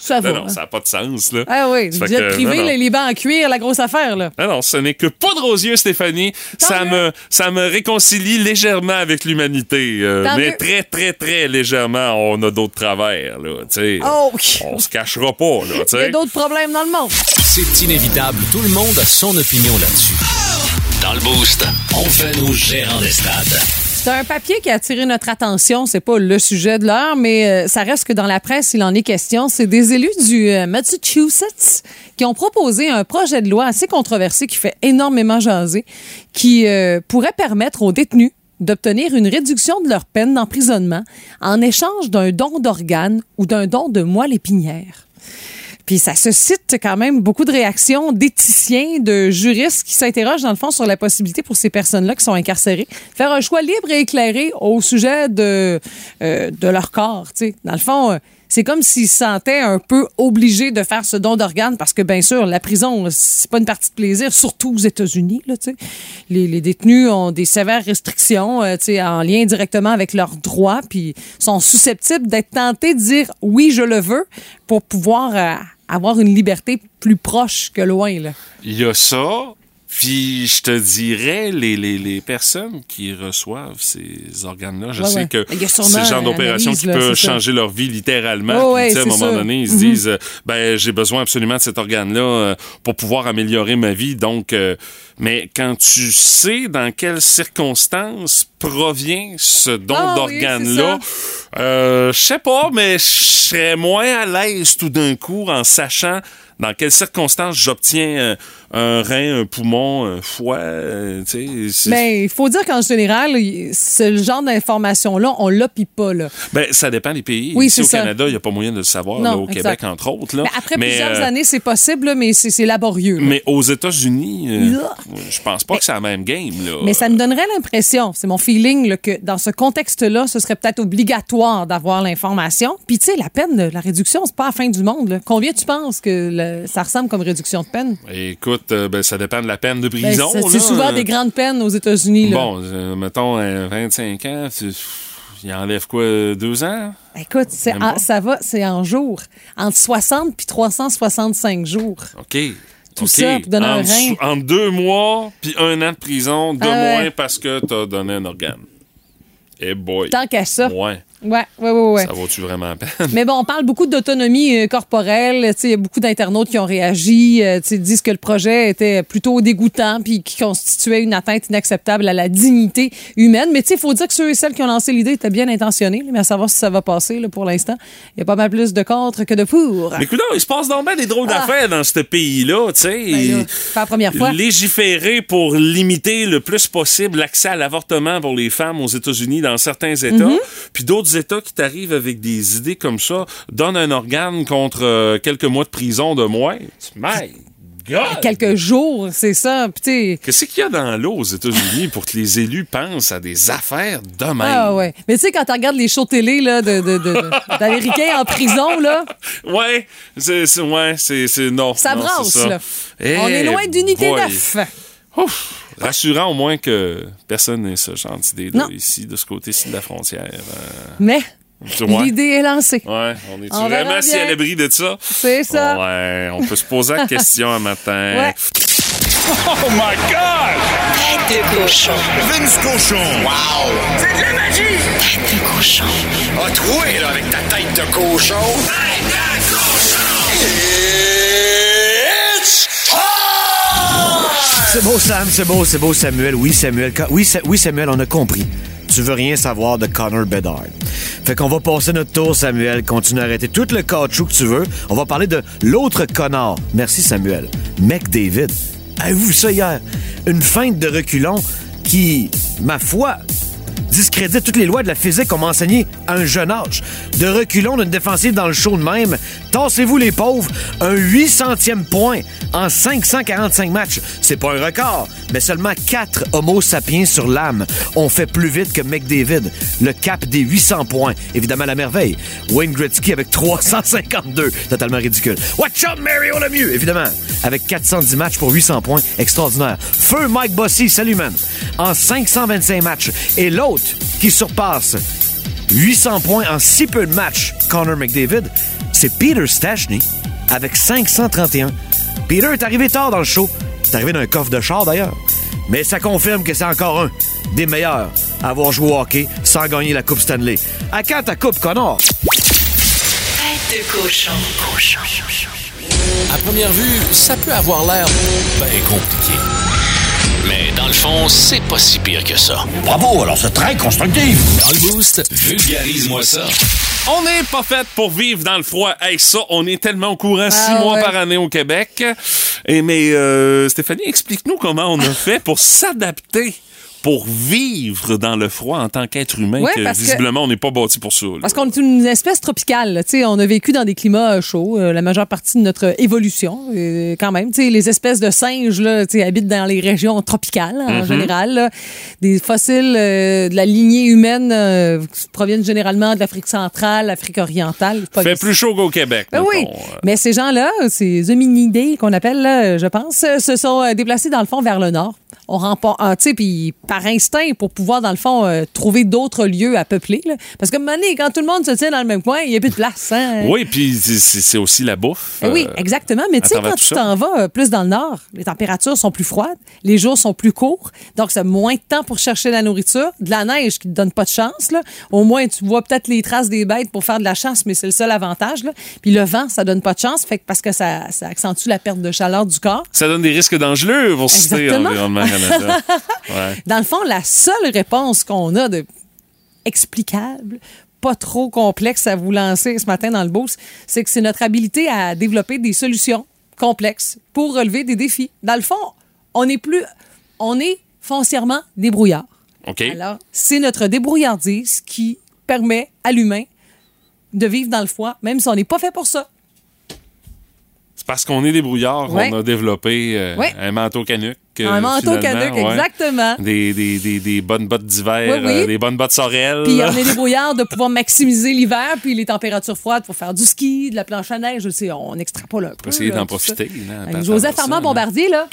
S2: Ça va.
S1: Non, non,
S2: hein.
S1: ça n'a pas de sens, là.
S2: Ah oui,
S1: Ça fait
S2: jet
S1: que,
S2: privé,
S1: non, non.
S2: les- les bancs en cuir, la grosse affaire, là.
S1: Non, non, ce n'est que poudre aux yeux, Stéphanie.
S2: Tant
S1: Ça
S2: mieux.
S1: me, ça me réconcilie légèrement avec l'humanité. euh,
S2: Tant
S1: mais
S2: mieux.
S1: très, très, très légèrement, on a d'autres travers, là. tu sais.
S2: Oh, ok.
S1: On se cachera pas, là. tu
S2: Il y a
S1: sais.
S2: d'autres problèmes dans le monde.
S6: C'est inévitable. Tout le monde a son opinion là-dessus. Dans le Boost, on fait nos gérants des stades.
S2: C'est un papier qui a attiré notre attention. C'est pas le sujet de l'heure, mais euh, ça reste que dans la presse, il en est question. C'est des élus du euh, Massachusetts qui ont proposé un projet de loi assez controversé qui fait énormément jaser, qui euh, pourrait permettre aux détenus d'obtenir une réduction de leur peine d'emprisonnement en échange d'un don d'organes ou d'un don de moelle épinière. Puis ça suscite quand même beaucoup de réactions d'éthiciens, de juristes qui s'interrogent dans le fond sur la possibilité pour ces personnes-là qui sont incarcérées de faire un choix libre et éclairé au sujet de, euh, de leur corps. tu sais. Dans le fond, euh, c'est comme s'ils se sentaient un peu obligés de faire ce don d'organes parce que, bien sûr, la prison, c'est pas une partie de plaisir, surtout aux États-Unis. là, tu sais. Les, les détenus ont des sévères restrictions euh, tu sais, en lien directement avec leurs droits, puis sont susceptibles d'être tentés de dire oui, je le veux pour pouvoir euh, avoir une liberté plus proche que loin. Là.
S1: Il y a ça. Puis je te dirais, les, les, les personnes qui reçoivent ces organes-là, je
S2: Ouais,
S1: sais
S2: ouais.
S1: que
S2: Il y a sûrement
S1: c'est le genre d'opération
S2: analyse,
S1: qui
S2: là,
S1: peut
S2: c'est ça.
S1: changer leur vie littéralement.
S2: Oh, ouais,
S1: Puis, tu sais, à un
S2: c'est
S1: moment
S2: sûr.
S1: donné, ils se disent, euh, ben j'ai besoin absolument de cet organe-là euh, pour pouvoir améliorer ma vie. Donc, euh, mais quand tu sais dans quelles circonstances provient ce don
S2: Ah, oui,
S1: d'organe-là, euh, je sais pas, mais je serais moins à l'aise tout d'un coup en sachant dans quelles circonstances j'obtiens euh, un rein, un poumon, un foie, euh, tu sais. c'est-
S2: Mais il faut dire qu'en général, il- ce genre d'information-là, on l'a pis pas. Là.
S1: Ben, ça dépend des pays.
S2: Oui,
S1: Ici,
S2: c'est
S1: au
S2: ça.
S1: Canada, il n'y a pas moyen de le savoir,
S2: Non,
S1: là, au
S2: exact.
S1: Québec, entre autres. Là.
S2: Mais après plusieurs
S1: euh,
S2: années, c'est possible, là, mais c'est c'est laborieux. là.
S1: Mais aux États-Unis, euh,
S2: Là.
S1: je pense pas que c'est la même game. Là.
S2: Mais ça me donnerait l'impression, c'est mon feeling, là, que dans ce contexte-là, ce serait peut-être obligatoire d'avoir l'information. Puis, tu sais, la peine, de la réduction, c'est pas la fin du monde. là. Combien tu penses que le- ça ressemble comme réduction de peine?
S1: Écoute, euh, ben, ça dépend de la peine de
S2: Ben,
S1: prison.
S2: c'est-
S1: là. euh,
S2: c'est souvent des grandes peines aux États-Unis. là.
S1: Bon, euh, mettons, euh, 25 ans, tu- il enlève quoi, euh, deux ans?
S2: Ben, Écoute, c'est
S1: Même
S2: en-
S1: pas.
S2: ça va, c'est en jours. Entre 60 puis 365 jours.
S1: OK.
S2: Tout
S1: OK.
S2: ça pour donner un
S1: Entre sou-
S2: rein.
S1: Entre deux mois puis un an de prison, deux
S2: Ah ouais.
S1: moins parce que t'as donné un organe. Eh boy.
S2: Tant qu'à ça.
S1: Ouais.
S2: Ouais, ouais, ouais, ouais.
S1: Ça vaut-tu vraiment la peine?
S2: Mais bon, on parle beaucoup d'autonomie euh, corporelle. Tu sais, Il y a beaucoup d'internautes qui ont réagi, euh, tu sais, disent que le projet était plutôt dégoûtant puis qui constituait une atteinte inacceptable à la dignité humaine. Mais tu sais, il faut dire que ceux et celles qui ont lancé l'idée étaient bien intentionnés, là, mais à savoir si ça va passer là, pour l'instant. Il y a pas mal plus de contre que de pour.
S1: Mais écoute, il se passe donc bien des drôles d'affaires dans ce pays-là, tu sais.
S2: Ah. Ben là, pas la première fois.
S1: Légiférer pour limiter le plus possible l'accès à l'avortement pour les femmes aux États-Unis dans certains États,
S2: Mhm.
S1: puis d'autres États qui t'arrivent avec des idées comme ça, donnent un organe contre euh, quelques mois de prison de moins. My God!
S2: Quelques jours, c'est ça. Puis tu sais,
S1: Qu'est-ce qu'il y a dans l'eau aux États-Unis pour que les élus pensent à des affaires de même?
S2: Ah ouais. Mais tu sais, quand tu regardes les shows télé là, de, de, de- de- d'Américains en prison, là,
S1: Ouais, c'est, c'est- ouais, c'est, c'est- non.
S2: ça
S1: non,
S2: brasse.
S1: c'est ça.
S2: Là.
S1: Eh
S2: On est loin d'unité
S1: boy.
S2: neuf.
S1: Ouf! Rassurant au moins que personne n'ait ce genre d'idée là,
S2: Non.
S1: ici, de ce côté-ci de la frontière. Euh,
S2: Mais
S1: tu vois?
S2: l'idée est lancée.
S1: Ouais, on est-tu
S2: On verra
S1: vraiment si à
S2: bien.
S1: l'abri de ça?
S2: C'est ça.
S1: Ouais, on peut se poser la question un matin.
S2: Ouais.
S1: Oh my God!
S3: Tête de cochon.
S7: Vince cochon. Wow! C'est de la magie!
S3: Tête de cochon.
S7: Ah, troué, là, avec ta tête de cochon. Tête de cochon! It's
S8: C'est beau, Sam, c'est beau, c'est beau, Samuel. Oui, Samuel. Ca- Oui, Sa- oui, Samuel, on a compris. Tu veux rien savoir de Connor Bedard. Fait qu'on va passer notre tour, Samuel. Continue à arrêter tout le caoutchouc que tu veux. On va parler de l'autre connard. Merci, Samuel. Mec David. Avez-vous vu ça hier? Une feinte de reculon qui, ma foi, discrédite toutes les lois de la physique qu'on m'a enseigné à un jeune âge. De reculons d'une défensive dans le show de même. Tassez-vous les pauvres, un 800e point en 545 matchs. C'est pas un record, mais seulement 4 homo sapiens sur l'âme. On fait plus vite que McDavid. Le cap des 800 points. Évidemment, la merveille. Wayne Gretzky avec 352. Totalement ridicule. Watch out, Mario Lemieux, évidemment. Avec 410 matchs pour 800 points. Extraordinaire. Feu Mike Bossy, salut man. En 525 matchs. Et l'autre qui surpasse 800 points en si peu de matchs, Connor McDavid, c'est Peter Stachny avec 531. Peter est arrivé tard dans le show. C'est arrivé d'un coffre de char d'ailleurs. Mais ça confirme que c'est encore un des meilleurs à avoir joué au hockey sans gagner la Coupe Stanley. À quand ta Coupe, Connor?
S3: Tête de cochon.
S6: À première vue, ça peut avoir l'air bien compliqué. Mais dans le fond, c'est pas si pire que ça.
S7: Bravo, alors c'est très constructif.
S6: Dans le boost, vulgarise-moi ça.
S1: On n'est pas fait pour vivre dans le froid. Hey, ça, on est tellement au courant six
S2: Ah,
S1: mois
S2: ouais.
S1: par année au Québec. Et mais euh, Stéphanie, explique-nous
S2: [LAUGHS]
S1: comment on a fait pour s'adapter, pour vivre dans le froid en tant qu'être humain.
S2: Ouais,
S1: que
S2: parce que-
S1: visiblement, on n'est pas bâti pour ça. là.
S2: Parce qu'on est une espèce tropicale. là. Tu sais, on a vécu dans des climats euh, chauds euh, la majeure partie de notre évolution, euh, quand même. Tu sais, les espèces de singes là, tu sais, habitent dans les régions tropicales
S1: Mhm.
S2: en général. là. Des fossiles euh, de la lignée humaine euh, qui proviennent généralement de l'Afrique centrale, l'Afrique orientale. Pas
S1: Fait
S2: ici.
S1: plus chaud qu'au Québec.
S2: Ben oui,
S1: mettons. Euh,
S2: mais ces gens-là, ces hominidés qu'on appelle, là, je pense, euh, se sont euh, déplacés dans le fond vers le nord. On remporte, ah, tu sais, puis par instinct pour pouvoir, dans le fond, euh, trouver d'autres lieux à peupler. là. Parce que, mané, quand tout le monde se tient dans le même coin, il n'y a plus de place. Hein?
S1: Oui, puis c'est- c'est c'est aussi la bouffe.
S2: Ben oui,
S1: euh,
S2: exactement. Mais tu sais,
S1: à travers
S2: quand
S1: tout
S2: tu
S1: ça.
S2: t'en vas euh, plus dans le nord, les températures sont plus froides, les jours sont plus courts, donc c'est moins de temps pour chercher la nourriture, de la neige qui te donne pas de chance. Là. Au moins, tu vois peut-être les traces des bêtes pour faire de la chasse, mais c'est le seul avantage. Là. Puis le vent, ça donne pas de chance, fait que parce que ça, ça accentue la perte de chaleur du corps.
S1: Ça donne des risques dangereux pour citer
S2: Exactement.
S1: Environnement
S2: [LAUGHS]
S1: Canada. Ouais.
S2: Dans le fond, la seule réponse qu'on a de explicable, pas trop complexe à vous lancer ce matin dans le boost, c'est que c'est notre habilité à développer des solutions complexes pour relever des défis. Dans le fond, on est plus, on est foncièrement débrouillard.
S1: OK.
S2: Alors, c'est notre débrouillardise qui permet à l'humain de vivre dans le froid, même si on n'est pas fait pour ça.
S1: C'est parce qu'on est débrouillards
S2: Ouais.
S1: qu'on a déveppé euh,
S2: Ouais.
S1: un manteau canuc. euh,
S2: Un manteau
S1: finalement,
S2: canuc,
S1: ouais.
S2: exactement.
S1: Des, des, des, des bonnes bottes d'hiver,
S2: Hein? Oui, oui.
S1: euh, des bonnes bottes sorel.
S2: Puis
S1: [LAUGHS]
S2: on est débrouillard de pouvoir maximiser l'hiver, puis les températures froides pour faire du ski, de la planche à neige, je sais, on extrapole un peu.
S1: Pour essayer
S2: là,
S1: d'en
S2: tout
S1: profiter,
S2: ça.
S1: là,
S2: Avec
S1: par-
S2: Joseph
S1: par-
S2: Armand
S1: ça,
S2: Bombardier,
S1: [LAUGHS]
S2: là.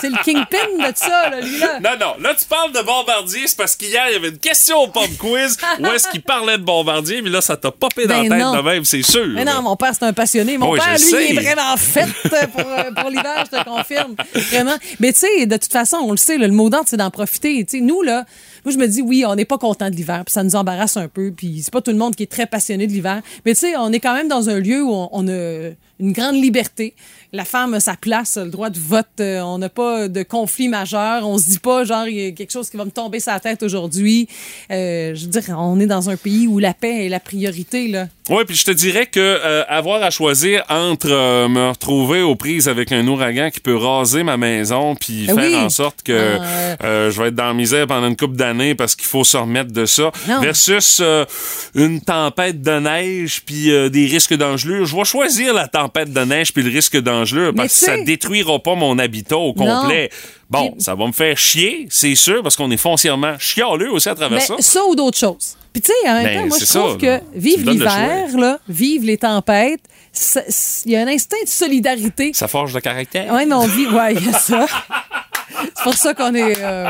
S2: C'est le kingpin de ça, là, lui, là.
S1: Non, non, là tu parles de Bombardier, c'est parce qu'hier il y avait une question au pop quiz où est-ce qu'il parlait de Bombardier, mais là ça t'a popé dans
S2: Ben
S1: la tête
S2: non.
S1: de même, c'est sûr.
S2: Mais non, mon père, c'est un passionné. Mon
S1: Oui,
S2: père,
S1: je
S2: lui,
S1: sais.
S2: il est vraiment fait euh, pour, euh, pour l'hiver, je te confirme. Vraiment. Mais tu sais, de toute façon, on le sait, là, le mot d'ordre, c'est d'en profiter. Tu sais, nous, là, moi, je me dis, oui, on n'est pas content de l'hiver, puis ça nous embarrasse un peu, puis c'est pas tout le monde qui est très passionné de l'hiver. Mais tu sais, on est quand même dans un lieu où on, on a une grande liberté. La femme a sa place, a le droit de vote. euh, On n'a pas de conflit majeur. On se dit pas, genre, il y a quelque chose qui va me tomber sur la tête aujourd'hui. Euh, je veux dire, on est dans un pays où la paix est la priorité, là.
S1: Oui, puis je te dirais que euh, avoir à choisir entre euh, me retrouver aux prises avec un ouragan qui peut raser ma maison puis
S2: Ah
S1: faire
S2: oui.
S1: en sorte que
S2: Ah, euh.
S1: euh, je vais être dans la misère pendant une couple d'années parce qu'il faut se remettre de ça
S2: Non.
S1: versus euh, une tempête de neige puis euh, des risques d'engelure, je vais choisir la tempête de neige puis le risque d'engelure
S2: Mais
S1: parce
S2: tu
S1: que
S2: sais-
S1: ça détruira pas mon habitat au
S2: Non.
S1: complet. Bon,
S2: Puis-
S1: ça va me faire chier, c'est sûr parce qu'on est foncièrement chialeux aussi à travers
S2: Ben,
S1: ça.
S2: ça ou d'autres choses. Puis tu sais, en même
S1: Ben,
S2: temps, moi,
S1: c'est
S2: je trouve
S1: ça, là.
S2: que
S1: Tu me
S2: vive
S1: donnes le
S2: l'hiver, là, vive les tempêtes, ça- c- il y a un instinct de solidarité.
S1: Ça forge le caractère.
S2: Oui, mais on vit... Ouais, il y a ça. C'est pour ça qu'on est... euh,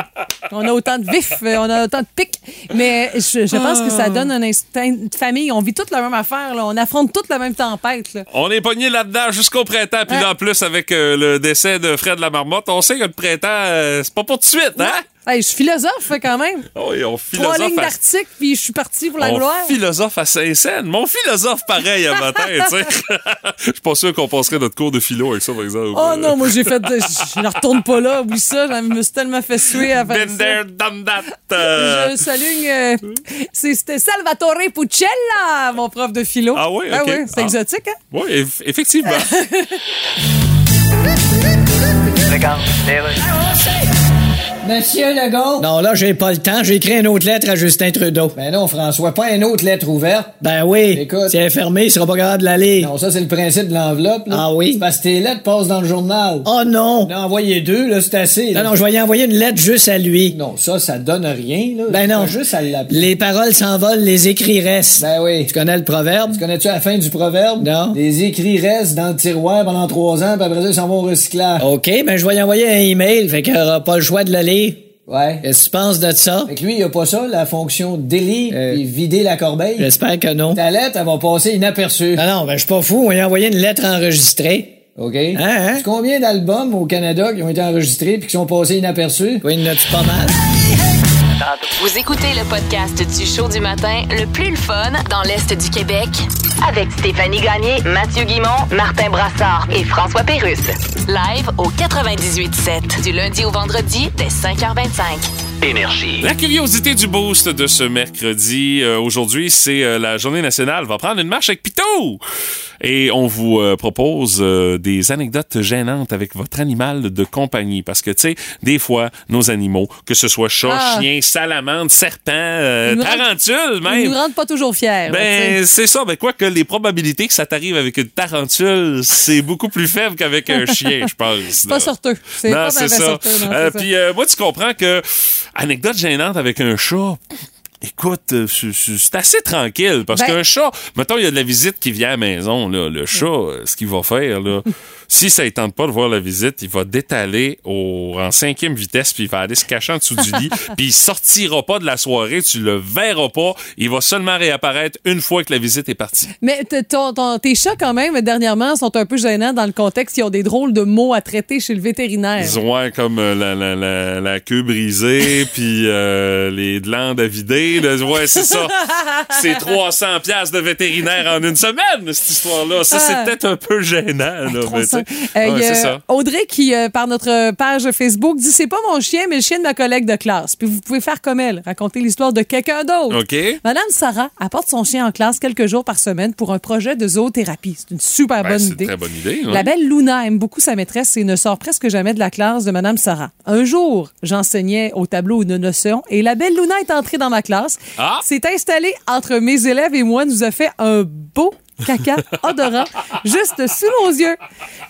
S2: on a autant de vifs, euh, on a autant de pics. Mais je, je pense que ça donne un instinct de famille. On vit toute la même affaire, là. On affronte toute la même tempête, là.
S1: On est pogné là-dedans jusqu'au printemps, puis
S2: Ouais.
S1: là, en plus, avec euh, le décès de Fred la marmotte, on sait que le printemps, euh, c'est pas pour tout de suite, hein?
S2: Hey, je suis philosophe, hein, quand même.
S1: Oh, et on
S2: Trois
S1: philosophe
S2: lignes
S1: à...
S2: d'articles, puis je suis partie pour la
S1: On
S2: gloire.
S1: philosophe à Saint-Saëns. Mon philosophe pareil à matin, tu
S2: [LAUGHS]
S1: sais. [LAUGHS] Je suis pas sûr qu'on passerait notre cours de philo avec ça, par exemple.
S2: Oh non, moi, j'ai fait... de- Je ne retourne pas là, oublie ça. Je me suis tellement fait suer à faire
S1: Been
S2: ça.
S1: there, done that. euh.
S2: ben, Je salue. euh, c'est- C'était Salvatore Puccella, mon prof de philo.
S1: Ah oui,
S2: Ah
S1: ok.
S2: oui, c'est
S1: Ah.
S2: exotique, hein?
S1: Oui, eff- effectivement.
S2: [LAUGHS]
S5: Monsieur Legault. Non, là, j'ai pas le temps. J'ai écrit une autre lettre à Justin Trudeau. Ben non, François, pas une autre lettre ouverte. Ben oui. Écoute. Si elle est fermée, il sera pas capable de la lire. Non, ça, c'est le principe de l'enveloppe. Ah oui? Parce que tes lettres passent dans le journal. Oh non. On a envoyé deux, là, c'est assez. Non, non, je vais y envoyer une lettre juste à lui. Non, ça, ça donne rien, là. Ben non. Juste à l'appeler. Les paroles s'envolent, les écrits restent. Ben oui. Tu connais le proverbe? Tu connais-tu la fin du proverbe? Non. Les écrits restent dans le tiroir pendant trois ans, puis après ça, ils s'en vont au recyclage. OK, ben je vais y envoyer un email, fait qu'il aura pas le choix de le lire. Ouais. Qu'est-ce que tu penses de ça? Fait que lui, il a pas ça, la fonction délit et vider la corbeille. J'espère que non. Ta lettre, elle va passer inaperçue. Non, non, ben je suis pas fou. On lui a envoyé une lettre enregistrée. OK. Hein, hein? C'est combien d'albums au Canada qui ont été enregistrés puis qui sont passés inaperçus? Oui, il y en a pas mal?
S3: Vous écoutez le podcast du show du matin, le plus le fun dans l'Est du Québec, avec Stéphanie Gagné, Mathieu Guimont, Martin Brassard et François Pérusse. Live au 98.7, du lundi au vendredi, dès 5h25.
S6: Énergie.
S1: La curiosité du boost de ce mercredi, euh, aujourd'hui, c'est euh, la journée nationale. Va prendre une marche avec Pitou! Et on vous euh, propose euh, des anecdotes gênantes avec votre animal de compagnie. Parce que, tu sais, des fois, nos animaux, que ce soit chat,
S2: Ah.
S1: chien, salamandre, serpent, euh,
S2: Ils nous rendent-
S1: tarentule
S2: Ils
S1: même,
S2: nous rendent pas toujours fiers. là, tu sais.
S1: ben, c'est ça. Ben, quoi que les probabilités que ça t'arrive avec une tarentule, c'est beaucoup plus faible
S2: [LAUGHS]
S1: qu'avec un chien, je pense.
S2: c'est pas sorteux. C'est
S1: ben, Non,
S2: pas
S1: c'est
S2: mauvais
S1: ça.
S2: sorteux. non,
S1: Euh,
S2: c'est ça.
S1: Puis euh, moi, tu comprends que anecdote gênante avec un chat. Écoute, euh, c'est- c'est c'est assez tranquille parce
S2: Ben- Mm.
S1: qu'un chat, mettons, il y a de la visite qui vient à la maison. Là, le chat, euh, ce qu'il va faire,
S2: [LAUGHS]
S1: là, si ça ne tente pas de voir la visite, il va détaler au, en cinquième vitesse, puis il va aller se cacher en dessous du
S2: [LAUGHS]
S1: lit, puis il sortira pas de la soirée, tu le verras pas. Il va seulement réapparaître une fois que la visite est partie.
S2: Mais t- ton- ton- tes chats, quand même, dernièrement, sont un peu gênants dans le contexte. Ils ont des drôles de mots à traiter chez le vétérinaire. [LAUGHS]
S1: Ils ont ouais, comme euh, la, la, la, la queue brisée, puis euh, les glandes à vider. là. ouais, c'est ça.
S2: Ah,
S1: C'est 300 piastres de vétérinaire en une semaine, cette histoire-là. Ça, c'est
S2: Ah.
S1: peut-être un peu gênant. Là, mais, tu sais.
S2: Euh, il
S1: Ouais,
S2: y a
S1: c'est ça.
S2: Audrey qui, euh, par notre page Facebook, dit c'est pas mon chien, mais le chien de ma collègue de classe. Puis vous pouvez faire comme elle, raconter l'histoire de quelqu'un d'autre.
S1: OK.
S2: Madame Sarah apporte son chien en classe quelques jours par semaine pour un projet de zoothérapie. C'est une super
S1: Ben,
S2: bonne
S1: c'est une
S2: idée.
S1: très bonne idée, ouais.
S2: La belle Luna aime beaucoup sa maîtresse et ne sort presque jamais de la classe de Madame Sarah. Un jour, j'enseignais au tableau une notion et la belle Luna est entrée dans ma classe.
S1: Ah!
S2: s'est installée entre mes élèves et moi, nous a fait un beau
S1: [LAUGHS]
S2: caca odorant juste sous nos yeux.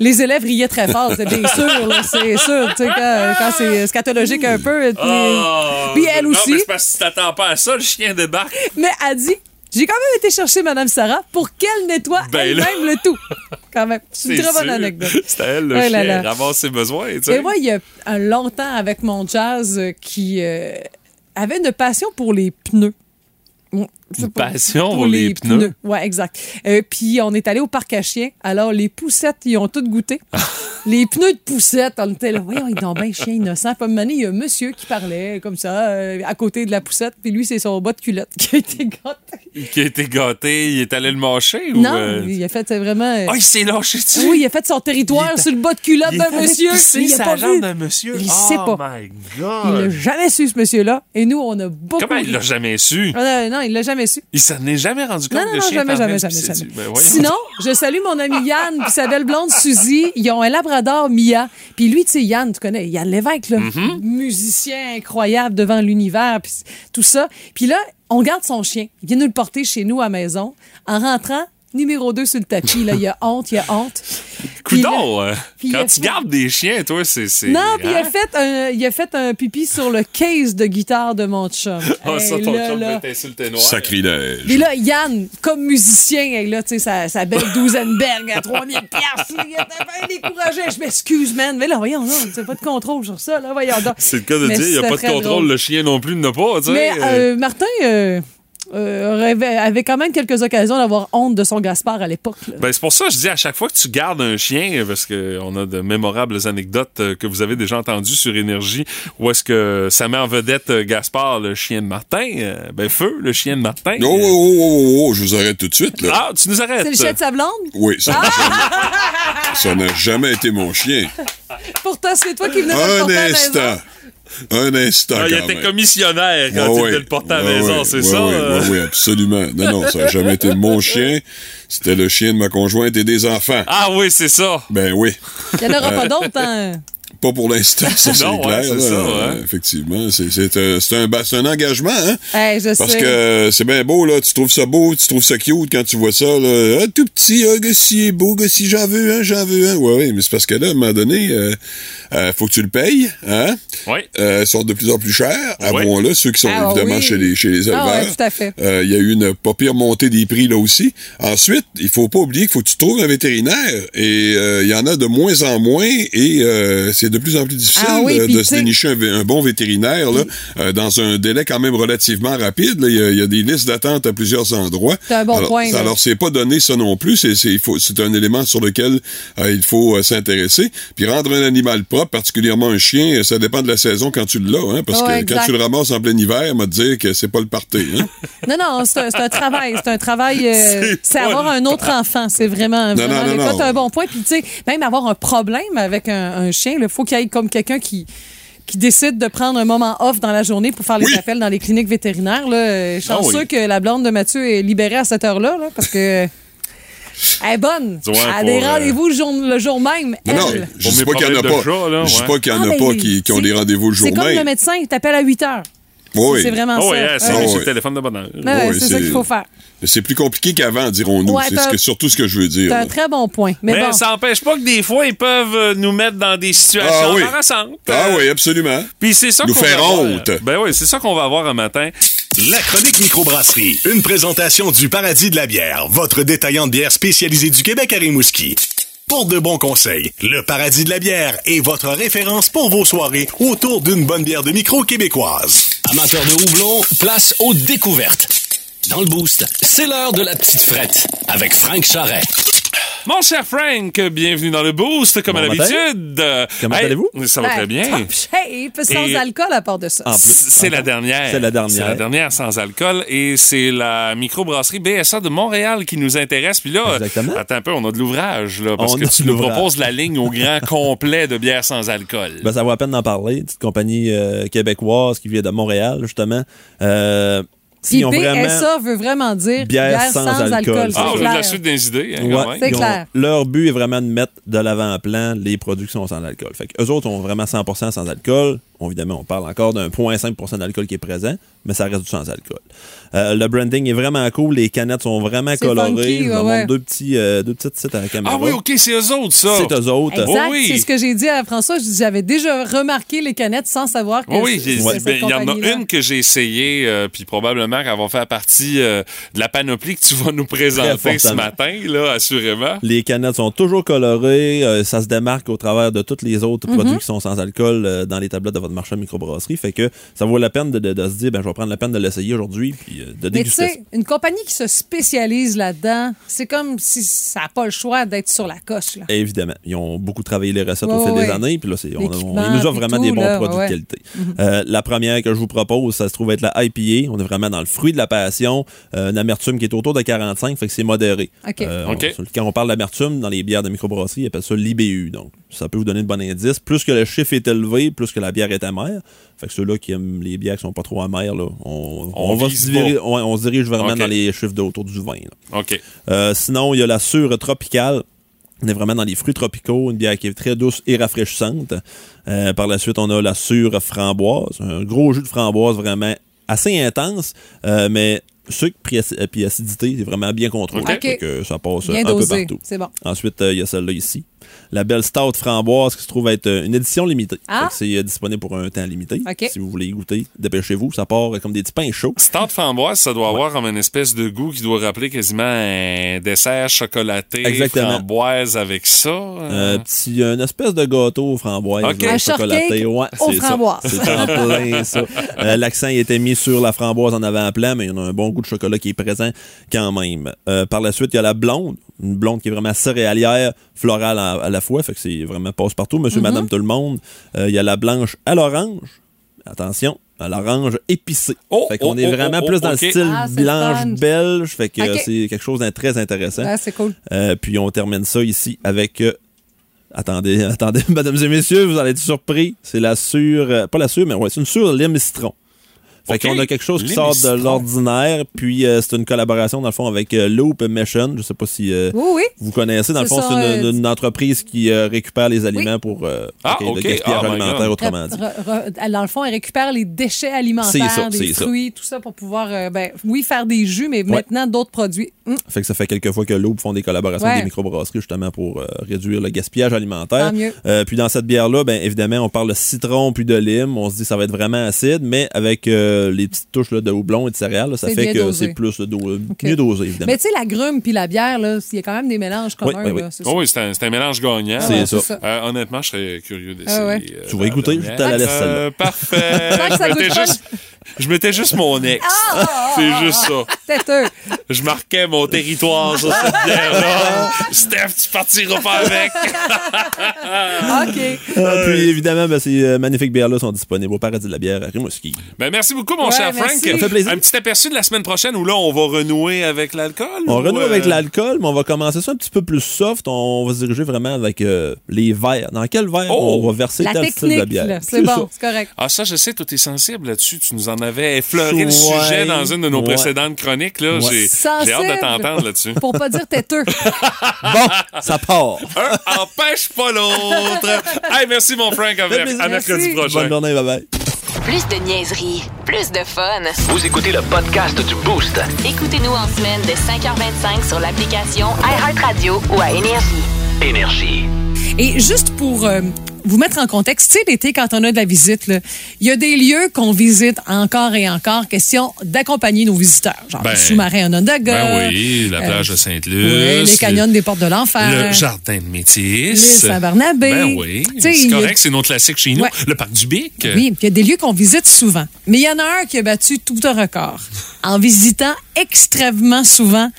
S2: Les élèves riaient très fort, c'est bien sûr, là, c'est sûr, tu sais, quand, quand c'est scatologique un peu. Puis,
S1: Ah!
S2: puis elle aussi.
S1: Non, mais c'est parce que tu t'attends pas à ça, le chien débarque.
S2: Mais a dit J'ai quand même été chercher Madame Sarah pour qu'elle nettoie
S1: Ben là.
S2: elle-même le tout. Quand même. C'est une
S1: C'est
S2: très bonne
S1: sûr. [LAUGHS]
S2: anecdote.
S1: C'est à elle, le
S2: Oh là
S1: chien,
S2: là.
S1: ramasse ses besoins. tu sais.
S2: Et moi, il y a un longtemps avec mon jazz euh, qui euh, avait une passion pour les pneus. Mm, je sais
S1: Une
S2: pas,
S1: passion pour les pneus.
S2: Ouais, exact. Euh, puis on est allé au parc à chiens. Alors les poussettes, ils ont toutes
S1: [LAUGHS]
S2: goûté. les pneus de poussettes, on était là, voyons, ils ont bien chien innocent. Puis à un moment donné, il y a un monsieur qui parlait comme ça euh, à côté de la poussette. Puis lui, c'est son bas de culotte [LAUGHS] qui a été gâté.
S1: Qui a été gâté, il est allé le mâcher ou.
S2: Non,
S1: euh,
S2: il a fait c'est vraiment. euh,
S1: Ah, il s'est lâché dessus.
S2: oui, il a fait son territoire sur le bas de culotte
S1: est
S2: d'un
S1: allé
S2: monsieur.
S1: pisser
S2: il a
S1: sa
S2: pas
S1: jambe
S2: vu.
S1: d'un monsieur.
S2: Il
S1: oh
S2: sait pas.
S1: my
S2: Il
S1: God.
S2: l'a jamais su, ce monsieur-là. Et nous, on a beaucoup.
S1: Comment il l'a jamais su?
S2: Ah, non, non, il l'a jamais su.
S1: Il s'en est jamais rendu compte
S2: Non,
S1: que
S2: non,
S1: le
S2: non,
S1: chien
S2: jamais,
S1: était en train
S2: jamais,
S1: de
S2: jamais,
S1: pisser
S2: jamais.
S1: dessus. Ben voyons.
S2: Sinon, je salue mon ami Yann puis sa belle blonde Suzy. Ils ont un labrador, Mia. Puis lui, tu sais, Yann, tu connais, Yann Lévesque, là,
S1: Mm-hmm.
S2: musicien incroyable devant l'univers, puis tout ça. Puis là, on garde son chien. Il vient nous le porter chez nous à la maison. En rentrant, numéro 2 sur le tapis. Là, il y a honte, il y a honte. Puis là-
S1: [LAUGHS] Coudon, euh,
S2: puis il
S1: quand
S2: a
S1: tu
S2: fait-
S1: gardes des chiens, toi, c'est. c'est-
S2: Non, puis il a
S1: hein?
S2: fait un, il a fait un pipi sur le case de guitare de mon chum.
S1: Ah, ça,
S2: Hey,
S1: ton
S2: là,
S1: chum
S2: là.
S1: peut t'insulter noir.
S9: Sacrilège.
S2: Puis là, Yann, comme musicien, hey, là, tu sais, sa, sa belle douzaine-berg à 3000 piastres, il était bien découragé. Je m'excuse, man. Mais là, voyons, non, tu pas de contrôle sur ça, là, voyons donc.
S1: C'est le cas de
S2: Mais
S1: dire, il n'y a
S2: c'était
S1: pas de
S2: très
S1: contrôle,
S2: drôle.
S1: le chien non plus n'a pas, tu sais.
S2: Mais
S1: euh,
S2: euh, Martin euh, euh, rêvait- avait quand même quelques occasions d'avoir honte de son Gaspard à l'époque. là.
S1: Ben, c'est pour ça que je dis à chaque fois que tu gardes un chien, parce que on a de mémorables anecdotes euh, que vous avez déjà entendues sur Énergie, où est-ce que ça met en vedette euh, Gaspard, le chien de Martin, euh, ben Feu, le chien de Martin.
S9: Oh, oh, oh, oh, oh, je vous arrête tout de suite, là.
S1: euh, Ah, tu nous arrêtes.
S2: C'est le chien de sa blonde?
S1: [LAUGHS]
S9: Oui, ça n'a
S1: Ah.
S9: jamais- ça n'a jamais été mon
S1: [LAUGHS]
S9: chien.
S2: Pourtant, c'est toi qui venais de le
S9: Un
S2: porter à la maison.
S9: instant. Un instant,
S1: Ah, il
S9: quand
S1: était
S9: même.
S1: commissionnaire quand
S9: Ouais,
S1: il
S9: ouais.
S1: était le porter à la
S9: Ouais,
S1: maison,
S9: ouais,
S1: c'est
S9: ouais,
S1: ça?
S9: ouais,
S1: euh?
S9: ouais, oui, absolument. Non, non, ça n'a jamais été
S1: [LAUGHS]
S9: mon chien. C'était le chien de ma conjointe et des enfants.
S1: Ah oui, c'est ça.
S9: Ben oui.
S2: Il n'y en aura pas d'autres, hein?
S9: Pas pour l'instant,
S1: [LAUGHS]
S9: ça c'est
S1: Non, ouais,
S9: clair.
S1: c'est
S9: là.
S1: ça,
S9: Euh,
S1: ouais.
S9: Effectivement, c'est c'est un, c'est un, ba- c'est un engagement, hein?
S2: Hey, je
S9: Parce
S2: sais.
S9: que euh, c'est bien beau, là, tu trouves ça beau, tu trouves ça cute quand tu vois ça, là, Ah, tout petit, ah, que si il est beau, que si j'en veux un, j'en veux un. Ouais, ouais, mais c'est parce que là, à un moment donné, euh, euh, faut que tu le payes, hein?
S1: Ouais.
S9: Euh, ils sortent de plus en plus chers.
S1: Ouais.
S9: Avouons-le, ceux qui sont
S2: Ah,
S9: évidemment
S2: oui.
S9: chez les, chez les éleveurs.
S2: Ah, ouais, tout à fait.
S9: Euh, Il y a eu une pas pire montée des prix là aussi. Ensuite, il faut pas oublier qu'il faut que tu trouves un vétérinaire et euh, il y en a de moins en moins et euh, c'est de plus en plus difficile
S2: Ah oui,
S9: euh,
S2: puis
S9: de se
S2: tu sais-
S9: dénicher un, vé- un bon vétérinaire là, euh, dans un délai quand même relativement rapide. là. Il y, a- il y a des listes d'attente à plusieurs endroits.
S2: C'est un bon
S9: alors,
S2: point, là.
S9: Alors, c'est pas donné ça non plus. C'est- C'est il faut- c'est un élément sur lequel euh, il faut euh, s'intéresser. Puis rendre un animal propre, particulièrement un chien, euh, ça dépend de la saison quand tu l'as. Hein, parce
S2: Ouais,
S9: que quand
S2: exact.
S9: tu le ramasses en plein hiver, on va te dire que c'est pas le party.
S2: [LAUGHS]
S9: Hein?
S2: Non, non, c'est un, c'est un travail. C'est un travail.
S9: [LAUGHS]
S2: euh, c'est avoir un autre enfant. C'est vraiment.
S9: Non, non,
S2: vraiment
S9: non,
S2: mais
S9: non.
S2: toi, t'as un bon point. Puis, tu sais, même avoir un problème avec un, un chien, il faut qu'il y ait comme quelqu'un qui qui décide de prendre un moment off dans la journée pour faire les
S9: Oui.
S2: appels dans les cliniques vétérinaires. Là. Euh, Chanceux
S1: Ah oui.
S2: que la blonde de Mathieu est libérée à cette heure-là, là, parce que euh, elle est bonne.
S1: Ouais,
S2: elle a des
S1: pour, euh,
S2: rendez-vous le jour, le jour même,
S9: Mais
S2: elle.
S9: non, je
S1: Pour
S9: dis
S1: mes
S9: pas qu'il y en a
S1: problèmes
S9: pas.
S1: de chat, là,
S9: je dis
S1: ouais.
S9: pas qu'il y en a
S2: Ah,
S9: pas
S2: ben,
S9: qui, qui ont
S2: c'est-
S9: des rendez-vous le jour
S2: C'est comme
S9: même.
S2: le médecin, il t'appelle à 8 heures.
S9: Oui.
S2: C'est vraiment
S1: Oh,
S2: ça.
S1: ouais, c'est
S2: Ouais.
S9: Ah,
S1: c'est
S9: ouais.
S1: le téléphone de bonheur.
S2: Ouais,
S9: Ouais,
S2: ouais, c'est ça
S9: Ah c'est-
S2: qu'il faut faire.
S9: C'est plus compliqué qu'avant, dirons-nous.
S2: Ouais,
S9: c'est
S2: t'as-
S9: ce que- surtout ce que je veux dire.
S2: C'est un
S9: là.
S2: très bon point. Mais,
S1: Mais
S2: bon.
S1: ça n'empêche pas que des fois, ils peuvent euh, nous mettre dans des situations
S9: Ah oui.
S1: embarrassantes.
S9: Ah
S1: Euh,
S9: oui, absolument.
S1: Puis c'est ça
S9: Nous
S1: qu'on va
S9: faire
S1: voir.
S9: honte.
S1: Ben oui, c'est ça qu'on va avoir un matin.
S10: La chronique microbrasserie, une présentation du paradis de la bière, votre détaillant de bière spécialisé du Québec à Rimouski. Pour de bons conseils, le paradis de la bière est votre référence pour vos soirées autour d'une bonne bière de micro québécoise.
S6: Amateurs de houblon, place aux découvertes. Dans le boost, c'est l'heure de la petite frette avec Frank Charret.
S1: Mon cher Frank, bienvenue dans le Boost, comme à
S11: matin.
S1: l'habitude. Euh,
S11: Comment allez-vous?
S1: Ça va
S2: Ben, [LAUGHS]
S1: très bien.
S2: Top shape, sans
S1: Et-
S2: alcool à part de ça.
S11: En plus.
S1: C'est la dernière.
S11: C'est la dernière.
S1: C'est la dernière sans alcool. Et c'est la microbrasserie BSA de Montréal qui nous intéresse. Puis là,
S11: Exactement.
S1: euh, attends un peu, on a de l'ouvrage, là, parce
S11: On
S1: que
S11: a
S1: tu
S11: de
S1: nous
S11: l'ouvrage.
S1: proposes la ligne au
S11: [LAUGHS]
S1: grand complet de bière sans alcool.
S11: Ben, ça vaut la peine d'en parler. Une petite compagnie euh, québécoise qui vient de Montréal, justement. Euh,
S2: Puis
S11: ils ont
S2: BSA veut vraiment dire bière, sans, alcool. c'est
S1: ah, on a de
S2: clair.
S1: la suite des idées, hein,
S11: Ouais,
S1: quand même.
S2: C'est
S11: ils ont-
S2: clair.
S11: Leur but est vraiment de mettre de l'avant-plan les productions sans alcool. Fait que eux autres ont vraiment 100% sans alcool. Bon, Évidemment, on parle encore d'un 0,5% d'alcool qui est présent, mais ça reste du sans alcool. Euh, le branding est vraiment cool. Les canettes sont vraiment
S2: C'est
S11: colorées.
S2: funky,
S11: Je vous en
S2: ouais,
S11: montre
S2: ouais.
S11: deux, petits, euh, deux petites sites à la caméra.
S1: Ah oui, OK, c'est eux autres, ça.
S11: C'est eux autres.
S2: Exact,
S1: Oh oui.
S2: c'est ce que j'ai dit à François. Je dis, J'avais déjà remarqué les canettes sans savoir que
S1: Oui, oui,
S2: c'est-
S1: j'ai-
S2: c'est cette
S1: ben, il y en a
S2: compagnie-là.
S1: une que j'ai essayée, euh, puis probablement qu'elle va faire partie euh, de la panoplie que tu vas nous présenter ce
S11: fortement.
S1: matin, là, assurément.
S11: Les canettes sont toujours colorées. euh, ça se démarque au travers de tous les
S2: Mm-hmm.
S11: autres produits qui sont sans alcool euh, dans les tablettes de votre marchand de microbrasserie. Fait que ça vaut la peine de, de- de se dire, ben, je vais prendre la peine de l'essayer aujourd'hui puis euh, de
S2: Mais tu
S11: déguster ça.
S2: sais, une compagnie qui se spécialise là-dedans, c'est comme si ça n'a pas le choix d'être sur la coche. Là.
S11: Évidemment. Ils ont beaucoup travaillé les recettes au
S2: Ouais,
S11: fil
S2: ouais.
S11: des années. Puis là, c'est, on,
S2: L'équipement,
S11: on- ils nous offrent
S2: puis
S11: vraiment
S2: tout,
S11: des bons
S2: là,
S11: produits
S2: ouais. Mm-hmm.
S11: de qualité. Euh, la première que je vous propose, ça se trouve être la IPA. On est vraiment dans le fruit de la passion. Euh, une amertume qui est autour de 45, fait que c'est modéré. Euh,
S2: OK.
S11: on-
S1: OK.
S11: quand on parle d'amertume, dans les bières de microbrasserie, ils appellent ça l'IBU. Donc, ça peut vous donner de bon indice. Plus que le chiffre est élevé, plus que la bière est amère. Fait que ceux-là qui aiment les bières qui sont pas trop amères, là, on,
S1: On
S11: on va
S1: vise
S11: se diriger,
S1: pas.
S11: on, on se dirige vraiment
S1: OK.
S11: dans les chiffres de- autour du 20. là.
S1: OK.
S11: Euh, sinon, il y a la sure tropicale. On est vraiment dans les fruits tropicaux, une bière qui est très douce et rafraîchissante. Euh, par la suite, on a la sure framboise, un gros jus de framboise vraiment assez intense, euh, mais sucre puis ac- euh, puis acidité, c'est vraiment bien contrôlé.
S2: OK.
S11: Fait que ça passe
S2: Bien
S11: un
S2: dosé.
S11: peu partout.
S2: C'est bon.
S11: Ensuite, euh, il y a celle-là ici. La belle stout framboise qui se trouve être euh, une édition limitée.
S2: Ah.
S11: Fait que C'est euh, disponible pour un temps limité.
S2: OK.
S11: Si vous voulez y goûter, dépêchez-vous. Ça part euh, comme des petits pains chauds.
S1: Stade framboise, ça doit avoir comme une espèce de goût qui doit rappeler quasiment un dessert chocolaté,
S11: Exactement.
S1: framboise avec ça.
S11: Euh,
S1: euh,
S11: petit, une espèce de gâteau aux framboises.
S1: Ok.
S11: là,
S1: Un
S11: chocolaté.
S2: shortcake
S11: Ouais,
S2: aux
S11: c'est ça.
S2: framboises.
S11: C'est en
S2: [LAUGHS]
S11: plein ça. Euh, L'accent il était mis sur la framboise en avant-plan, mais il y en a un bon goût de chocolat qui est présent quand même. Euh, par la suite, il y a la blonde. Une blonde qui est vraiment céréalière, florale à, à la fois. Fait que c'est vraiment passe-partout. Monsieur, madame,
S2: Mhm.
S11: tout le monde. Euh, il y a la blanche à l'orange. Attention. À l'orange épicée.
S1: Oh,
S11: fait qu'on
S1: oh,
S11: est
S1: oh,
S11: vraiment
S1: oh,
S11: plus
S1: oh,
S11: dans
S1: ok.
S11: le style
S2: Ah, c'est
S11: blanche
S2: fun.
S11: belge. Fait que
S2: Ok.
S11: euh, c'est quelque chose de très intéressant.
S2: Ah, c'est cool.
S11: Euh, puis on termine ça ici avec. euh, attendez, [LAUGHS] attendez, mesdames et messieurs, vous allez être surpris. C'est la sûre. euh, pas la sûre, mais ouais, c'est une sûre lime citron. Fait
S1: Ok,
S11: qu'on a quelque chose qui
S1: lime
S11: sort
S1: citron.
S11: de l'ordinaire. Puis euh, c'est une collaboration, dans le fond, avec euh, Loop Mission. Je sais pas si. euh,
S2: Oui, oui.
S11: Vous connaissez, dans le
S2: Ce
S11: fond,
S2: sont,
S11: c'est une,
S2: euh,
S11: une entreprise qui euh, récupère les aliments pour euh,
S1: Ah,
S11: ok,
S1: ok.
S11: le gaspillage
S1: Ah, my God.
S11: alimentaire, autrement dit.
S2: Re- re- dans le fond, elle récupère les déchets alimentaires,
S11: C'est ça,
S2: des
S11: c'est ça.
S2: fruits, tout ça pour pouvoir, euh, ben, oui, faire des jus, mais maintenant d'autres produits. Hum,
S11: Fait que ça fait quelques fois que l'Aube font des collaborations
S2: Ouais.
S11: avec des microbrasseries justement pour euh, réduire le gaspillage alimentaire.
S2: Tant mieux.
S11: Euh, puis dans cette bière-là, ben évidemment, on parle de citron puis de lime. On se dit ça va être vraiment acide, mais avec euh, euh, les petites touches là, de houblon et de céréales. là, ça
S2: C'est
S11: fait
S2: bien
S11: que
S2: dosé.
S11: c'est plus là, do- euh,
S2: OK.
S11: mieux dosé, évidemment.
S2: Mais tu sais, la grume puis la bière, là, il y a quand même des mélanges
S11: Oui,
S2: communs.
S11: oui, oui.
S2: là, c'est
S1: Oh oui, c'est un, c'est un mélange gagnant.
S11: C'est Ouais, ça. c'est ça.
S1: Euh, honnêtement, je serais curieux d'essayer.
S2: Ah ouais.
S1: euh,
S11: Tu vas y goûter, je te la laisse, celle-là.
S1: parfait.
S2: [LAUGHS] Tant que ça
S1: je, mettais
S2: goûte pas, Ah!
S1: juste, je mettais juste mon ex. [LAUGHS] C'est juste ça.
S2: Têteux.
S1: Je marquais mon territoire sur cette
S2: [LAUGHS]
S1: bière-là. Steph, tu partiras pas avec.
S2: OK.
S11: Ah, puis évidemment, ben, ces euh, magnifiques bières-là sont disponibles au Paradis de la bière à Rimouski.
S1: Ben, merci beaucoup, mon
S2: Ouais,
S1: cher
S2: merci.
S1: Frank.
S2: Ça
S11: fait plaisir.
S1: Un petit aperçu de la semaine prochaine où là, on va renouer avec l'alcool.
S11: On
S1: ou,
S11: renoue
S1: euh,
S11: avec l'alcool, mais on va commencer ça un petit peu plus soft. On va se diriger vraiment avec euh, les verres. Dans quel verre
S1: Oh!
S11: on va verser
S2: La
S11: tel style de
S2: technique,
S11: bière?
S2: là, c'est
S11: ça.
S2: bon, c'est correct.
S1: Ah, ça, je sais, toi, t'es sensible là-dessus. Tu nous en avais effleuré le
S11: Ouais.
S1: sujet dans une de nos
S11: Ouais.
S1: précédentes chroniques. Là.
S11: Ouais.
S1: J'ai- J'ai hâte de
S2: Sensible.
S1: t'entendre [LAUGHS] là-dessus.
S2: Pour pas dire têteux.
S11: Bon, ça part.
S1: [LAUGHS] Un empêche pas l'autre. Hey, merci, mon Frank. À, mer- à mercredi
S2: Merci.
S11: Bonne
S1: prochain.
S11: journée, bye-bye.
S3: Plus de niaiserie, plus de fun.
S6: Vous écoutez le podcast du Boost.
S3: Écoutez-nous en semaine de 5h25 sur l'application iHeartRadio ou à Énergie.
S6: Énergie.
S2: Et juste pour euh, vous mettre en contexte, tu sais, l'été, quand on a de la visite, là, il y a des lieux qu'on visite encore et encore, question d'accompagner nos visiteurs. Genre
S1: Ben,
S2: le sous-marin Onondaga. euh, ouais, les canyons des Portes de l'Enfer.
S1: Le jardin de métis.
S2: l'île Saint-Barnabé.
S1: Ben oui.
S2: Tu sais,
S1: C'est
S2: il y a-
S1: correct, c'est notre classique chez nous.
S2: Ouais.
S1: Le parc du Bic.
S2: Oui, il y a des lieux qu'on visite souvent. Mais il y en a un qui a battu tout un record en visitant extrêmement souvent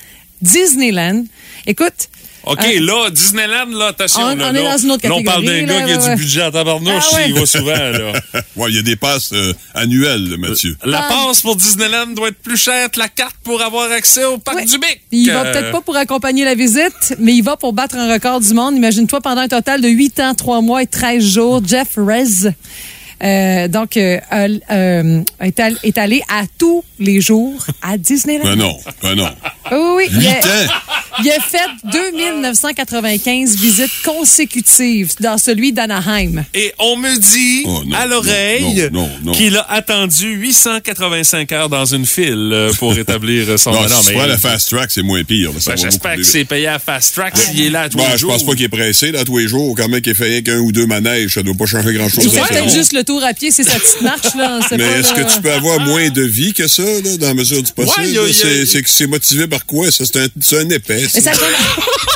S2: Disneyland. Écoute.
S1: OK,
S2: euh,
S1: là, Disneyland, là, attention.
S2: On-
S1: là,
S2: on est
S1: là,
S2: dans une autre
S1: là, on parle d'un
S2: catégorie,
S1: gars
S2: là,
S1: qui a
S2: ouais,
S1: du
S2: ouais.
S1: budget à tabarnouche,
S2: Ah ouais.
S1: il y va souvent, [LAUGHS] là.
S9: Ouais, il y a des passes euh, annuelles, Mathieu.
S1: La
S2: Ah.
S1: passe pour Disneyland doit être plus chère que la carte pour avoir accès au parc
S2: Ouais.
S1: du Bic.
S2: Il va
S1: Euh,
S2: peut-être pas pour accompagner la visite, mais il va pour battre un record du monde. Imagine-toi, pendant un total de 8 ans, 3 mois et 13 jours, Jeff Rez euh, donc, euh, euh, euh, est, all- est allé à tous les jours à Disneyland.
S9: Ben non, ben
S1: [LAUGHS]
S9: non.
S2: Oui, oui, oui.
S9: Huit
S2: Il a,
S9: ans.
S2: il a fait 2995 visites consécutives dans celui d'Anaheim.
S1: Et on me dit
S9: Oh, non,
S1: à l'oreille
S9: non, non, non.
S1: qu'il a attendu 885 heures dans une file euh,
S9: [LAUGHS]
S1: pour établir euh, son
S9: Non,
S1: honneur,
S9: si tu
S1: mais-
S9: prends la fast track, c'est moins pire. là, ça
S1: Ben,
S9: va
S1: J'espère
S9: beaucoup
S1: que
S9: plus
S1: c'est payé à Fast Track s'il est là à tous
S9: Ben,
S1: les
S9: je
S1: jours.
S9: pense pas qu'il est pressé, là, tous les jours. Quand même qu'il fait rien qu'un ou deux manèges, ça doit pas changer
S2: Il
S9: grand-chose.
S2: fait
S9: à sa
S2: peut-être
S9: vie.
S2: juste le tour à pied, c'est sa petite marche, là. on sait
S9: Mais
S2: pas,
S9: est-ce
S2: là.
S9: que tu peux avoir moins de vie que ça, là, dans la mesure du possible?
S1: Ouais, y a-
S9: là?
S1: y a-
S9: C'est- C'est c'est motivé par quoi? Ça, c'est un, c'est un épais.
S2: Mais ça,
S9: ça.
S2: a comm- [LAUGHS]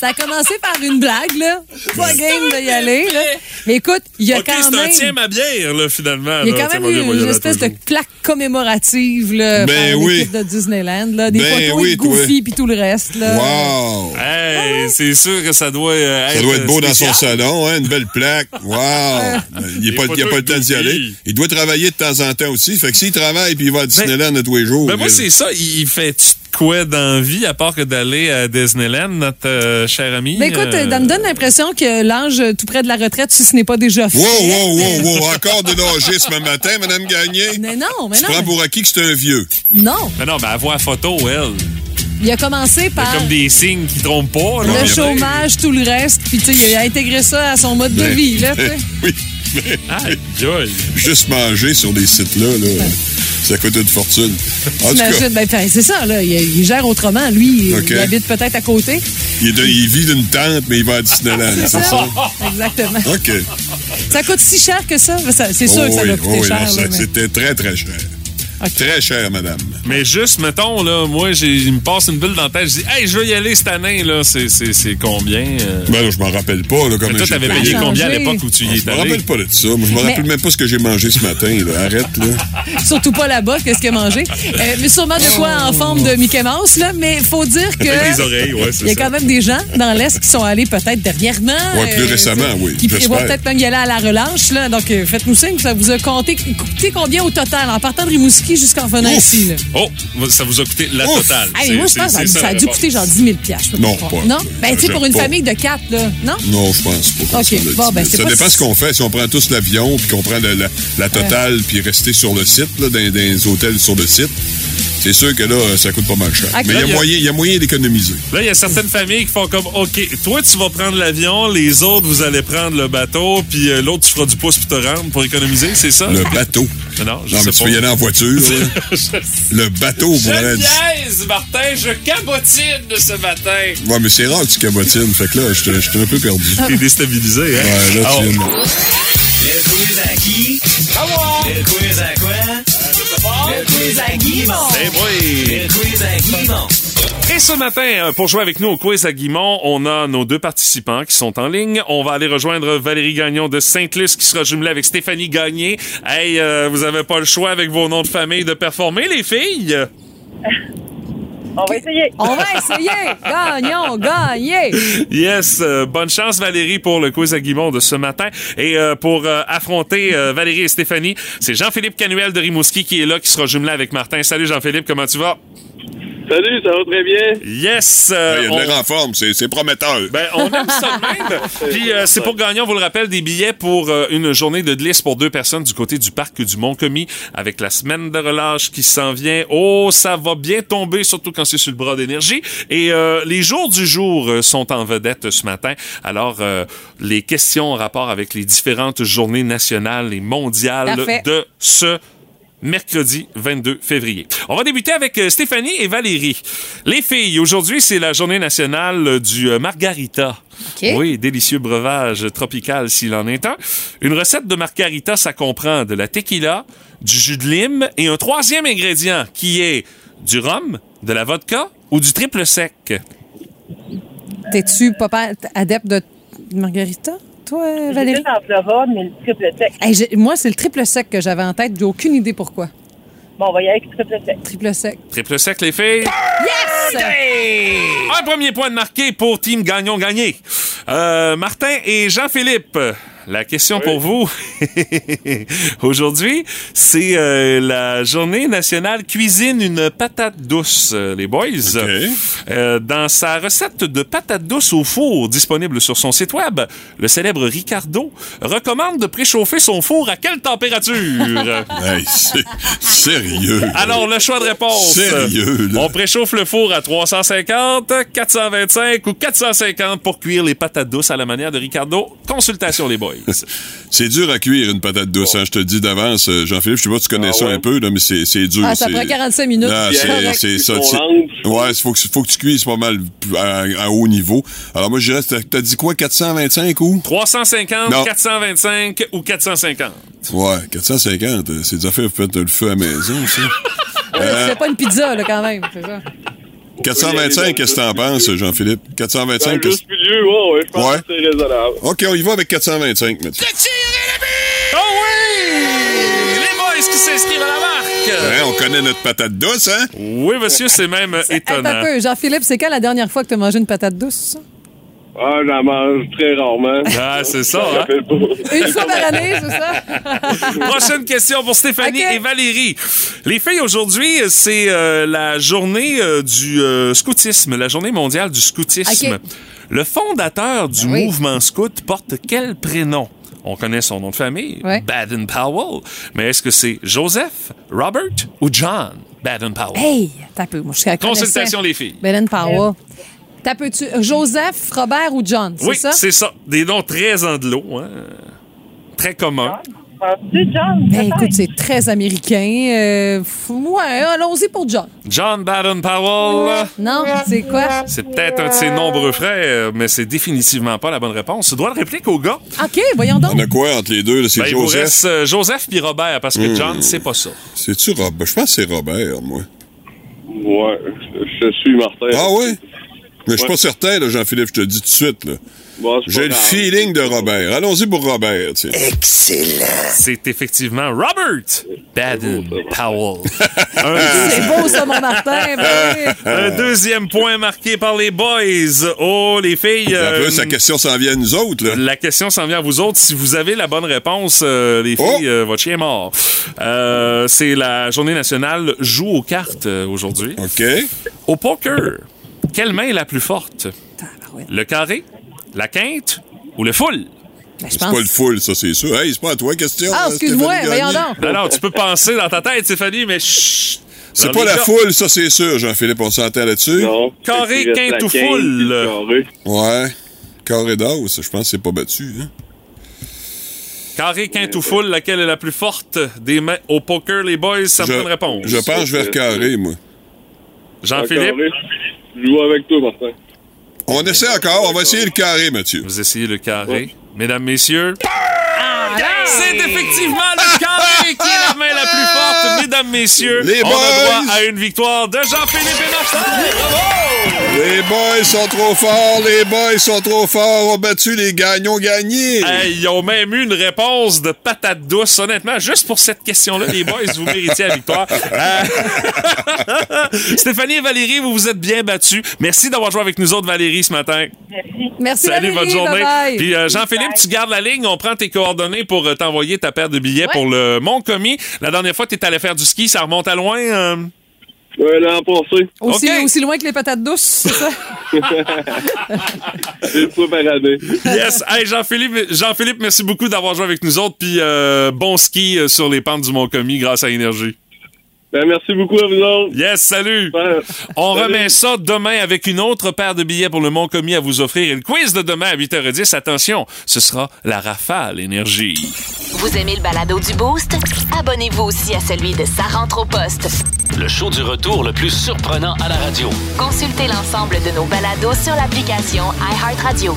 S2: ça a commencé par une blague, là. Pas game d'y aller, là. Mais écoute, il y a
S1: OK,
S2: quand
S1: c'est un tiers
S2: même.
S1: ma bière, là, finalement.
S2: Il y
S1: là,
S2: a quand
S1: t'sais,
S2: même
S1: moi, je
S2: eu
S1: voyais
S2: une
S1: là
S2: espèce de
S1: toujours.
S2: claque commémorative là,
S9: Ben
S2: par
S9: oui.
S2: l'équipe de Disneyland. Là, des
S9: Ben
S2: photos
S9: oui,
S2: et Goofy
S9: toi.
S2: puis tout le reste.
S1: Euh,
S2: Là.
S9: Wow!
S2: Ah
S1: Hey, c'est sûr que ça doit euh, être.
S9: Ça doit être beau dans son
S1: spécial.
S9: salon, hein, une belle
S1: [LAUGHS]
S9: plaque. Wow! Il n'y a,
S1: Les
S9: pas- il a
S1: photos
S9: pas le temps d'y
S1: de
S9: aller.
S1: Goofy.
S9: Il doit travailler de temps en temps aussi. Fait que s'il travaille puis il va à Disneyland à tous les jours.
S1: Ben moi,
S9: il-
S1: c'est ça. Il fait quoi dans la vie, à part que d'aller à Disneyland, notre euh, cher ami?
S2: Ben écoute,
S1: euh,
S2: ça me donne l'impression que l'âge euh, tout près de la retraite, si ce n'est pas déjà fait.
S9: Wow, wow, wow, wow! Encore de l'âgisme ce matin, Madame Gagné.
S2: Mais non, mais
S9: Tu
S2: non.
S9: prends pour acquis que c'est un vieux.
S2: Non.
S1: Mais non, ben, elle voit la photo, elle.
S2: Il a commencé
S1: C'est
S2: par
S1: comme des signes qui trompent pas, là.
S2: le
S9: Ouais,
S2: chômage, tout le reste, puis tu sais, il a intégré ça à son mode de
S9: Ben,
S2: vie.
S9: [LAUGHS]
S2: Là, tu sais.
S9: Oui, mais
S1: Aïe, aïe.
S9: juste manger sur des sites-là, là, ça coûte une fortune. En tout cas,
S2: T'imagines? Ben, ben, c'est ça, là. Il, il gère autrement. Lui,
S9: Ok.
S2: il habite peut-être à côté.
S9: il, est de- il vit d'une tente, mais il va à Disneyland,
S2: Ah,
S9: c'est ça?
S2: Exactement.
S9: OK.
S2: Ça coûte si cher que ça? Ben, ça- C'est
S9: Oh
S2: sûr que ça
S9: oui,
S2: doit
S9: oh
S2: coûter
S9: oui,
S2: cher.
S9: non,
S2: là,
S9: ça-
S2: mais-
S9: C'était très, très cher.
S2: Ok.
S9: Très cher, madame.
S1: Mais juste, mettons, là, moi, j'ai- il me passe une bulle dans la tête. Je dis, hey, je veux y aller cette année, là. C'est- C'est c'est combien? euh?
S9: Ben, là, je m'en rappelle pas. Là,
S1: Mais
S9: comment
S1: toi,
S9: j'ai
S1: t'avais
S9: payé.
S1: payé
S2: Ça a
S1: combien à
S2: changé.
S1: l'époque où tu y
S9: Je
S1: es
S9: me
S1: allé?
S9: rappelle pas de ça. Moi, je me
S2: Mais-
S9: rappelle même pas ce que j'ai mangé ce matin. là. Arrête, là.
S2: Surtout pas là-bas, qu'est-ce qu'il a mangé. Euh, mais sûrement de quoi en forme de Mickey Mouse, là. Mais faut dire
S1: Avec les
S2: que.
S1: oreilles, ouais,
S2: Il y
S1: c'est
S2: a
S1: ça.
S2: quand même des gens dans l'Est qui sont allés peut-être dernièrement.
S9: Ouais, plus récemment,
S2: tu sais,
S9: oui,
S2: Qui prévoient
S9: j'espère.
S2: peut-être même y aller à la relâche. Là. Donc, euh, faites-nous signe, ça vous a compté, coûté combien au total en partant de Rimouski jusqu'en venant
S9: Ouf.
S2: ici? Là.
S1: Oh, ça vous a coûté la
S9: Ouf!
S1: totale.
S2: Hey,
S1: C'est-
S2: moi, je
S1: c'est-
S2: pense
S1: c'est
S2: que ça, a
S1: la
S2: dû
S1: réponse.
S2: coûter genre 10 000 piastres, je peux
S9: Non,
S2: comprendre.
S9: pas.
S2: Non? Ben, tu sais,
S9: Je
S2: pour une
S9: pas.
S2: famille de 4, là. Non?
S9: Non, je pense pas.
S2: Ok,
S9: Ça, là,
S2: bon, ben, c'est
S9: ça
S2: pas
S9: dépend
S2: si-
S9: ce qu'on fait. Si on prend tous l'avion, puis qu'on prend le- la, la totale, puis rester sur le site, là, dans, dans les hôtels sur le site, c'est sûr que là, ça coûte pas mal cher.
S2: Ah,
S9: Mais il y
S1: là,
S9: a
S1: y a-
S9: moyen, il y a moyen d'économiser.
S1: Là, il y a certaines familles qui font comme, OK, toi, tu vas prendre l'avion, les autres, vous allez prendre le bateau, puis euh, l'autre, tu feras du pouce pour te rendre, pour économiser, c'est
S2: Ah.
S1: ça?
S9: Le bateau.
S1: Mais Non, je
S9: Non, mais tu
S1: sais
S9: peux y aller
S1: pas.
S2: [LAUGHS]
S9: en voiture. là.
S1: [LAUGHS]
S9: le bateau pour aller à Dis-
S1: niaise, Martin, je cabotine de ce [LAUGHS] matin.
S9: Ouais, mais
S2: Ah,
S9: c'est rare que tu cabotines. Fait que là, j'étais j'étais un peu perdu.
S1: T'es déstabilisé, hein?
S9: Ouais, là,
S1: Ah,
S9: tu viens de-
S7: Le quiz à qui? Le quiz à quoi? Euh, Le quiz à Guimond.
S1: C'est moi.
S7: Le quiz à Guimond.
S1: Et ce matin, euh, pour jouer avec nous au quiz à Guimont, on a nos deux participants qui sont en ligne. On va aller rejoindre Valérie Gagnon de Sainte-Luce qui sera jumelée avec Stéphanie Gagné. Hey, euh, vous avez pas le choix avec vos noms de famille de performer, les filles?
S12: On va essayer.
S2: On va essayer. Gagnons, gagnez.
S1: Yes, euh, bonne chance Valérie pour le quiz à Guimond de ce matin. Et euh, pour euh, affronter euh, Valérie et Stéphanie, c'est Jean-Philippe Canuel de Rimouski qui est là, qui sera jumelé avec Martin. Salut Jean-Philippe, comment tu vas?
S13: Salut, ça va très bien.
S1: Yes!
S2: ah,
S1: euh,
S9: Il y a de l'air en forme, c'est
S2: [LAUGHS]
S9: c'est prometteur.
S1: Ben, on aime ça de même. Puis euh, c'est pour gagner, on vous le rappelle, des billets pour euh, une journée de glisse pour deux personnes du côté du parc du Mont-Commis avec la semaine de relâche qui s'en vient. Oh, ça va bien tomber, surtout quand c'est sur le bras d'énergie. Et euh, les jours du jour euh, sont en vedette ce matin. Alors, euh, les questions en rapport avec les différentes journées nationales et mondiales
S7: Parfait.
S1: de ce mercredi 22 février. On va débuter avec euh, Stéphanie et Valérie. Les filles, aujourd'hui, c'est la journée nationale euh, du euh, margarita.
S7: OK.
S1: Oui, délicieux breuvage tropical s'il en est un. Une recette de margarita, ça comprend de la tequila, du jus de lime et un troisième ingrédient qui est du rhum, de la vodka ou du triple sec.
S2: T'es-tu pas pa- adepte de Margarita, toi, Valérie?
S12: J'étais dans Flora, mais le triple sec.
S2: Hey, j'ai- moi, c'est le triple sec que j'avais en tête. J'ai aucune idée pourquoi.
S12: Bon, on va y aller avec le triple sec.
S2: Triple sec.
S1: Triple sec, les filles. Un premier point de marqué pour Team Gagnon Gagné. Euh, Martin et Jean-Philippe, la question pour vous [LAUGHS] aujourd'hui, c'est euh, la journée nationale cuisine une patate douce, euh, les boys. Euh, dans sa recette de patate douce au four disponible sur son site web, le célèbre Ricardo recommande de préchauffer son four à quelle température?
S9: Hey, c'est- sérieux.
S1: Alors, le choix de réponse.
S9: Sérieux,
S1: On préchauffe le four à 350, 425 ou 450 pour cuire les patates douces à la manière de Ricardo. Consultation, les
S9: [LAUGHS]
S1: boys.
S9: C'est dur à cuire une patate douce, hein, je te le dis d'avance, euh, Jean-Philippe. Je sais pas si tu connais ça un peu, là, mais c'est c'est dur.
S2: Ah, ça
S9: c'est-
S2: prend 45 minutes.
S9: Non,
S2: C'est
S9: c'est
S2: correct.
S9: c'est ça. tu- Ouais, faut que, faut que tu cuises pas mal à, à haut niveau. Alors moi, je dirais, t'as- t'as dit quoi, 425 ou?
S1: 350,
S9: Non.
S1: 425 ou 450.
S9: Ouais, 450. euh, C'est des affaires, vous faites le feu à la maison,
S13: [LAUGHS]
S9: ça.
S1: Euh.
S2: Tu fais pas une pizza, là, quand même. C'est ça.
S9: 425, qu'est-ce que t'en penses, Jean-Philippe? 425,
S13: Dans le
S9: qu'est-ce
S13: juste milieu, ouais, ouais, Ben, je pense
S9: Ouais.
S13: que c'est raisonnable.
S9: OK, on y va avec 425, Mathieu.
S1: Oh oui! Les boys qui s'inscrivent à la marque!
S9: Hein, on connaît notre patate douce, hein?
S1: Oui, monsieur, c'est même
S2: Attends un
S1: étonnant.
S2: peu. Jean-Philippe, c'est quand la dernière fois que tu as mangé une patate douce?
S13: Ah, j'en mange très
S14: [LAUGHS]
S13: rarement.
S1: Ah, c'est ça, hein?
S2: Une fois par année, c'est
S1: [LAUGHS]
S2: ça?
S1: Prochaine question pour Stéphanie et Valérie. Les filles, aujourd'hui, c'est euh, la journée euh, du euh, scoutisme, la journée mondiale du scoutisme.
S7: Ok.
S1: Le fondateur du
S2: Ben
S1: mouvement scout porte quel prénom? On connaît son nom de famille, Baden-Powell. Mais est-ce que c'est Joseph, Robert ou John Baden-Powell?
S2: Hey, t'as peu. Moi, je suis à
S1: Consultation, les filles.
S2: Belen Power. T'as peu, tu. Joseph, Robert ou John, c'est
S1: oui,
S2: ça?
S1: c'est ça. Des noms très anglo, hein? très communs.
S2: John. Ben, écoute, c'est très américain. Euh, f- ouais, allons-y pour John.
S1: John Baden-Powell.
S2: Non, c'est quoi?
S1: C'est peut-être un de ses nombreux frères, mais c'est définitivement pas la bonne réponse. Tu dois le répliquer au gars.
S2: OK, voyons donc.
S9: On a quoi entre les deux? là? C'est
S1: Ben, il vous
S9: Joseph.
S1: reste euh, Joseph puis Robert, parce que
S9: Hmm.
S1: John, c'est pas ça.
S9: C'est-tu Robert? Ben, Je pense que c'est Robert, moi.
S13: Ouais, je je suis Martin.
S9: Ah oui? Mais je suis
S13: Ouais.
S9: pas certain, là, Jean-Philippe, je te le dis tout de suite. là.
S13: Bon, c'est pas
S9: J'ai le
S13: grave.
S9: feeling de Robert. Allons-y pour Robert, tiens.
S1: Excellent. C'est effectivement Robert Baden-Powell.
S9: [LAUGHS]
S1: Un
S2: C'est beau, ça, mon
S1: [LAUGHS]
S2: Martin. ben oui.
S1: Un deuxième point marqué par les boys. Oh, les filles.
S2: Euh,
S9: Après, sa question s'en vient à nous autres.
S1: La question s'en vient à vous autres. Si vous avez la bonne réponse, euh, les filles,
S9: Oh!
S1: euh, votre chien est mort. Euh, c'est la journée nationale joue aux cartes euh, aujourd'hui.
S9: OK.
S1: Au poker, quelle main est la plus forte? Le carré, la quinte ou le full?
S2: c'est
S9: pas le full, ça, c'est sûr. Hey, c'est pas à toi, question.
S2: Ah,
S9: hein,
S2: excuse-moi,
S9: Stéphanie
S2: voyons
S9: Gagné.
S2: donc.
S1: Alors, Ben tu peux penser dans ta tête, Stéphanie, mais chut!
S9: C'est
S1: Dans
S9: pas
S1: les
S9: la
S1: cas-
S9: foule, ça, c'est sûr, Jean-Philippe. On s'entend là-dessus?
S13: hein.
S9: Non.
S1: Carré, quinte ou full?
S9: Ouais. Carré d'os, je pense que c'est pas battu. Hein?
S1: Carré, quinte ou full, laquelle est la plus forte des mains au poker, les boys? Ça me
S9: Je-
S1: donne réponse.
S9: Je pense vers carré, moi.
S1: Jean-Philippe?
S13: Je joue avec toi, Martin.
S9: On essaie encore. On va essayer le carré, Mathieu. Ah!
S1: Vous essayez le carré. Mesdames, messieurs. Ah, C'est effectivement le carré qui est la main la plus forte, mesdames, messieurs.
S9: Ah! Les
S1: On
S9: boys!
S1: a droit à une victoire de Jean-Philippe Martin.
S9: Les boys sont trop forts, les boys sont trop forts, ont battu les gagnons gagnés.
S1: Hey, ils ont même eu une réponse de patate douce. Honnêtement, juste pour cette question-là, les boys, vous méritiez la victoire. Euh, [LAUGHS] Stéphanie et Valérie, vous vous êtes bien battus. Merci d'avoir joué avec nous autres, Valérie, ce matin.
S2: Merci,
S1: Salut,
S2: Valérie,
S1: bonne journée.
S2: bye-bye.
S1: Puis euh, Jean-Philippe, tu gardes la ligne. On prend tes coordonnées pour euh, t'envoyer ta paire de billets pour le Mont Commis. La dernière fois, tu es allé faire du ski. Ça remonte à loin. euh?
S13: Ouais, l'an passé.
S2: Aussi, aussi loin que les patates douces, c'est ça?
S13: Une fois par année.
S1: Yes. Hey, Jean-Philippe, Jean-Philippe, merci beaucoup d'avoir joué avec nous autres. Puis euh, bon ski euh, sur les pentes du Mont Commis grâce à Énergie.
S13: Ben, merci beaucoup à vous autres.
S1: Yes, salut. On
S13: Salut.
S1: remet ça demain avec une autre paire de billets pour le Mont Commis à vous offrir. Et le quiz de demain à 8h10. Attention, ce sera la rafale Énergie.
S3: Vous aimez le balado du Boost? Abonnez-vous aussi à celui de Sa rentre au poste.
S6: Le show du retour le plus surprenant à la radio.
S3: Consultez l'ensemble de nos balados sur l'application iHeartRadio.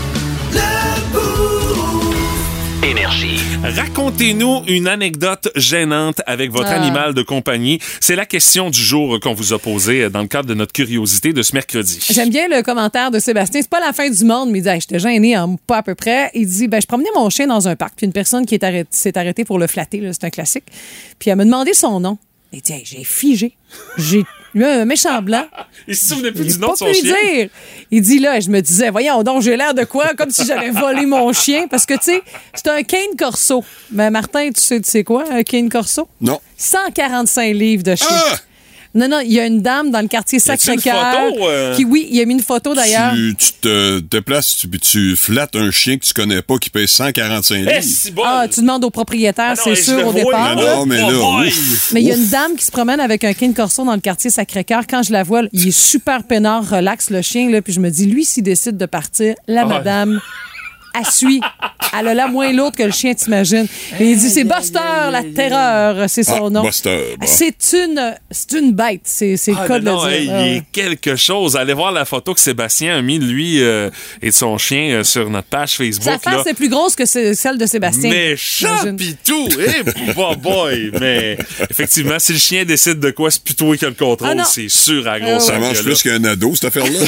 S6: Énergie.
S1: Racontez-nous une anecdote gênante avec votre
S6: Ah.
S1: animal de compagnie. C'est la question du jour qu'on vous a posée euh, dans le cadre de notre curiosité de ce mercredi.
S2: J'aime bien le commentaire de Sébastien. C'est pas la fin du monde, mais il dit Ah, J'étais gêné, en pas à peu près. Il dit ben, Je promenais mon chien dans un parc, puis une personne qui est arrêt- s'est arrêtée pour le flatter, là, c'est un classique. Puis elle m'a demandé son nom. Il dit Hey, J'ai figé. J'ai eu un méchant
S1: [LAUGHS]
S2: blanc.
S1: Il se souvenait plus
S2: J'ai
S1: du nom
S2: pas
S1: de son
S2: pu
S1: chien.
S2: lui dire. Il dit là, je me disais, voyons donc, j'ai l'air de quoi? Comme si j'avais volé mon chien. Parce que, tu sais, c'est un cane corso. Mais Martin, tu sais, tu sais quoi, un cane corso?
S9: Non. Ah!
S2: 145 livres de chien.
S1: Ah!
S2: Non, non, il y a une dame dans le quartier
S9: Y a-t-il une
S2: Sacré-Cœur
S9: photo, euh?
S2: qui, oui, il a mis une photo d'ailleurs.
S9: Tu, tu te déplaces, tu, tu flattes un chien que tu connais pas qui pèse 145
S1: Eh,
S9: livres.
S2: Ah, tu demandes au propriétaire,
S1: Ah
S2: c'est sûr, au départ.
S9: Non,
S2: là.
S9: non, mais là,
S1: Oh,
S9: ouf.
S2: Mais il y a une dame qui se promène avec un King Corso dans le quartier Sacré-Cœur. Quand je la vois, là, il est super peinard, relax le chien. Là, puis je me dis, lui, s'il décide de partir, la
S15: Ah.
S2: madame, elle suit. Elle a la moins lourde que le chien, t'imagines. Et il dit, c'est Buster, la terreur, c'est son
S1: Ah,
S9: bah,
S2: nom.
S1: Buster, bon.
S2: C'est une, c'est une bête, c'est c'est
S1: Ah,
S2: le cas
S1: non,
S2: de le
S1: hey,
S2: dire.
S1: il
S2: Ah,
S1: est quelque chose. Allez voir la photo que Sébastien a mis de lui euh, et de son chien euh, sur notre page Facebook.
S2: Sa face
S1: là.
S2: est plus grosse que ce- celle de Sébastien.
S1: Méchant
S2: Imagine.
S1: pis tout! Eh, boy, boy! Mais effectivement, si le chien décide de quoi se putoyer que le
S2: Ah
S1: contrôle,
S2: non. Ah,
S1: c'est sûr à gros
S9: Ça mange plus qu'un ado,
S2: [LAUGHS]
S9: cette affaire-là.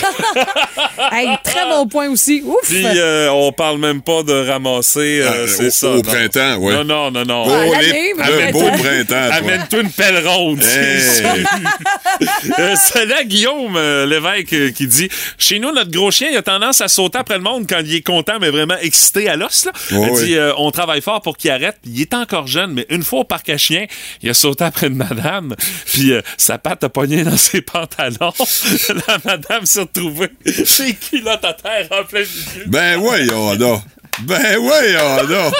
S2: Hey, très bon point aussi. Ouf!
S1: Puis euh, on parle même pas de ramasser, euh,
S9: Ah,
S1: c'est ça. Au printemps,
S9: ouais.
S1: Non, non, non, non.
S9: Oh, Ah, la les- lime, le
S1: Amène-
S9: beau printemps, toi.
S1: Amène-toi une pelle
S9: Eh,
S1: ronde.
S9: Hey.
S1: Euh, c'est là Guillaume euh, Lévesque euh, qui dit Chez nous, notre gros chien, il a tendance à sauter après le monde quand il est content, mais vraiment excité à l'os. là.
S9: Ouais,
S1: Elle
S9: ouais.
S1: dit euh, On travaille fort pour qu'il arrête. Il est encore jeune, mais une fois au parc à chiens, il a sauté après une madame, puis euh, sa patte a pogné dans ses pantalons. [LAUGHS] La madame s'est retrouvée ses culottes à terre en plein milieu.
S9: Ben ouais, Yonda. Ben ouais, Yonda.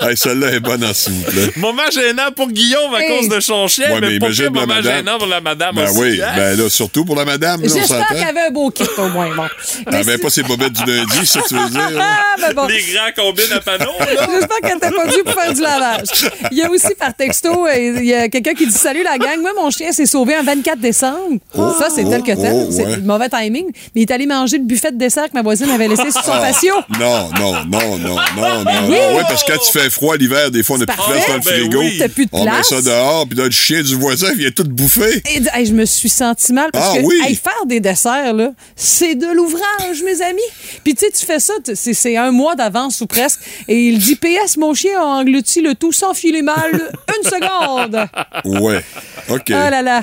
S9: hey, celle-là est bonne en s'il vous plaît.
S1: Moment gênant pour Guillaume à
S9: Hey.
S1: cause de son chien,
S9: Ouais,
S1: mais,
S9: mais
S1: pas
S9: imagine
S1: pire
S9: la
S1: moment
S9: madame.
S1: gênant pour la
S2: Ah,
S1: madame
S9: Ben
S1: aussi.
S9: oui,
S1: Hein?
S9: ben là, surtout pour la madame, là, on
S2: bah, J'espère
S9: s'entend.
S2: qu'elle avait un beau kit au moins. Bon.
S9: Elle avait pas ses bobettes du lundi, c'est ça que tu veux dire? là?
S2: Ah, ben bon.
S1: Les grands combines à panneau,
S9: [LAUGHS]
S1: là.
S2: J'espère qu'elle t'a pas dû pour faire du lavage. Il y a aussi par texto, euh, il y a quelqu'un qui dit Salut la gang, moi mon chien s'est sauvé un 24 décembre. ça, c'est tel que tel.
S9: oh,
S2: c'est
S9: ouais.
S2: le mauvais timing. Mais il est allé manger le buffet de dessert que ma voisine avait laissé sur son
S9: Ah,
S2: patio.
S9: Non, non, non, non, non, non.
S2: Ah, ben Oui.
S9: non. Ouais, parce que quand tu fais froid l'hiver, des fois, on n'a plus de place
S2: parfait.
S9: dans le
S2: Ben
S9: frigo.
S2: oui. T'as plus de
S9: on met
S2: place.
S9: ça dehors, puis là, le chien du voisin vient tout bouffer.
S2: Et hey, je me suis senti mal parce
S9: Ah
S2: que
S9: oui.
S2: hey, faire des desserts, là, c'est de l'ouvrage, mes amis. Puis tu sais, tu fais ça, tu- c'est- c'est un mois d'avance ou presque. Et il dit PS, mon chien a englouti le tout sans filer mal [LAUGHS] une seconde.
S9: Ouais. OK.
S2: Ah là là.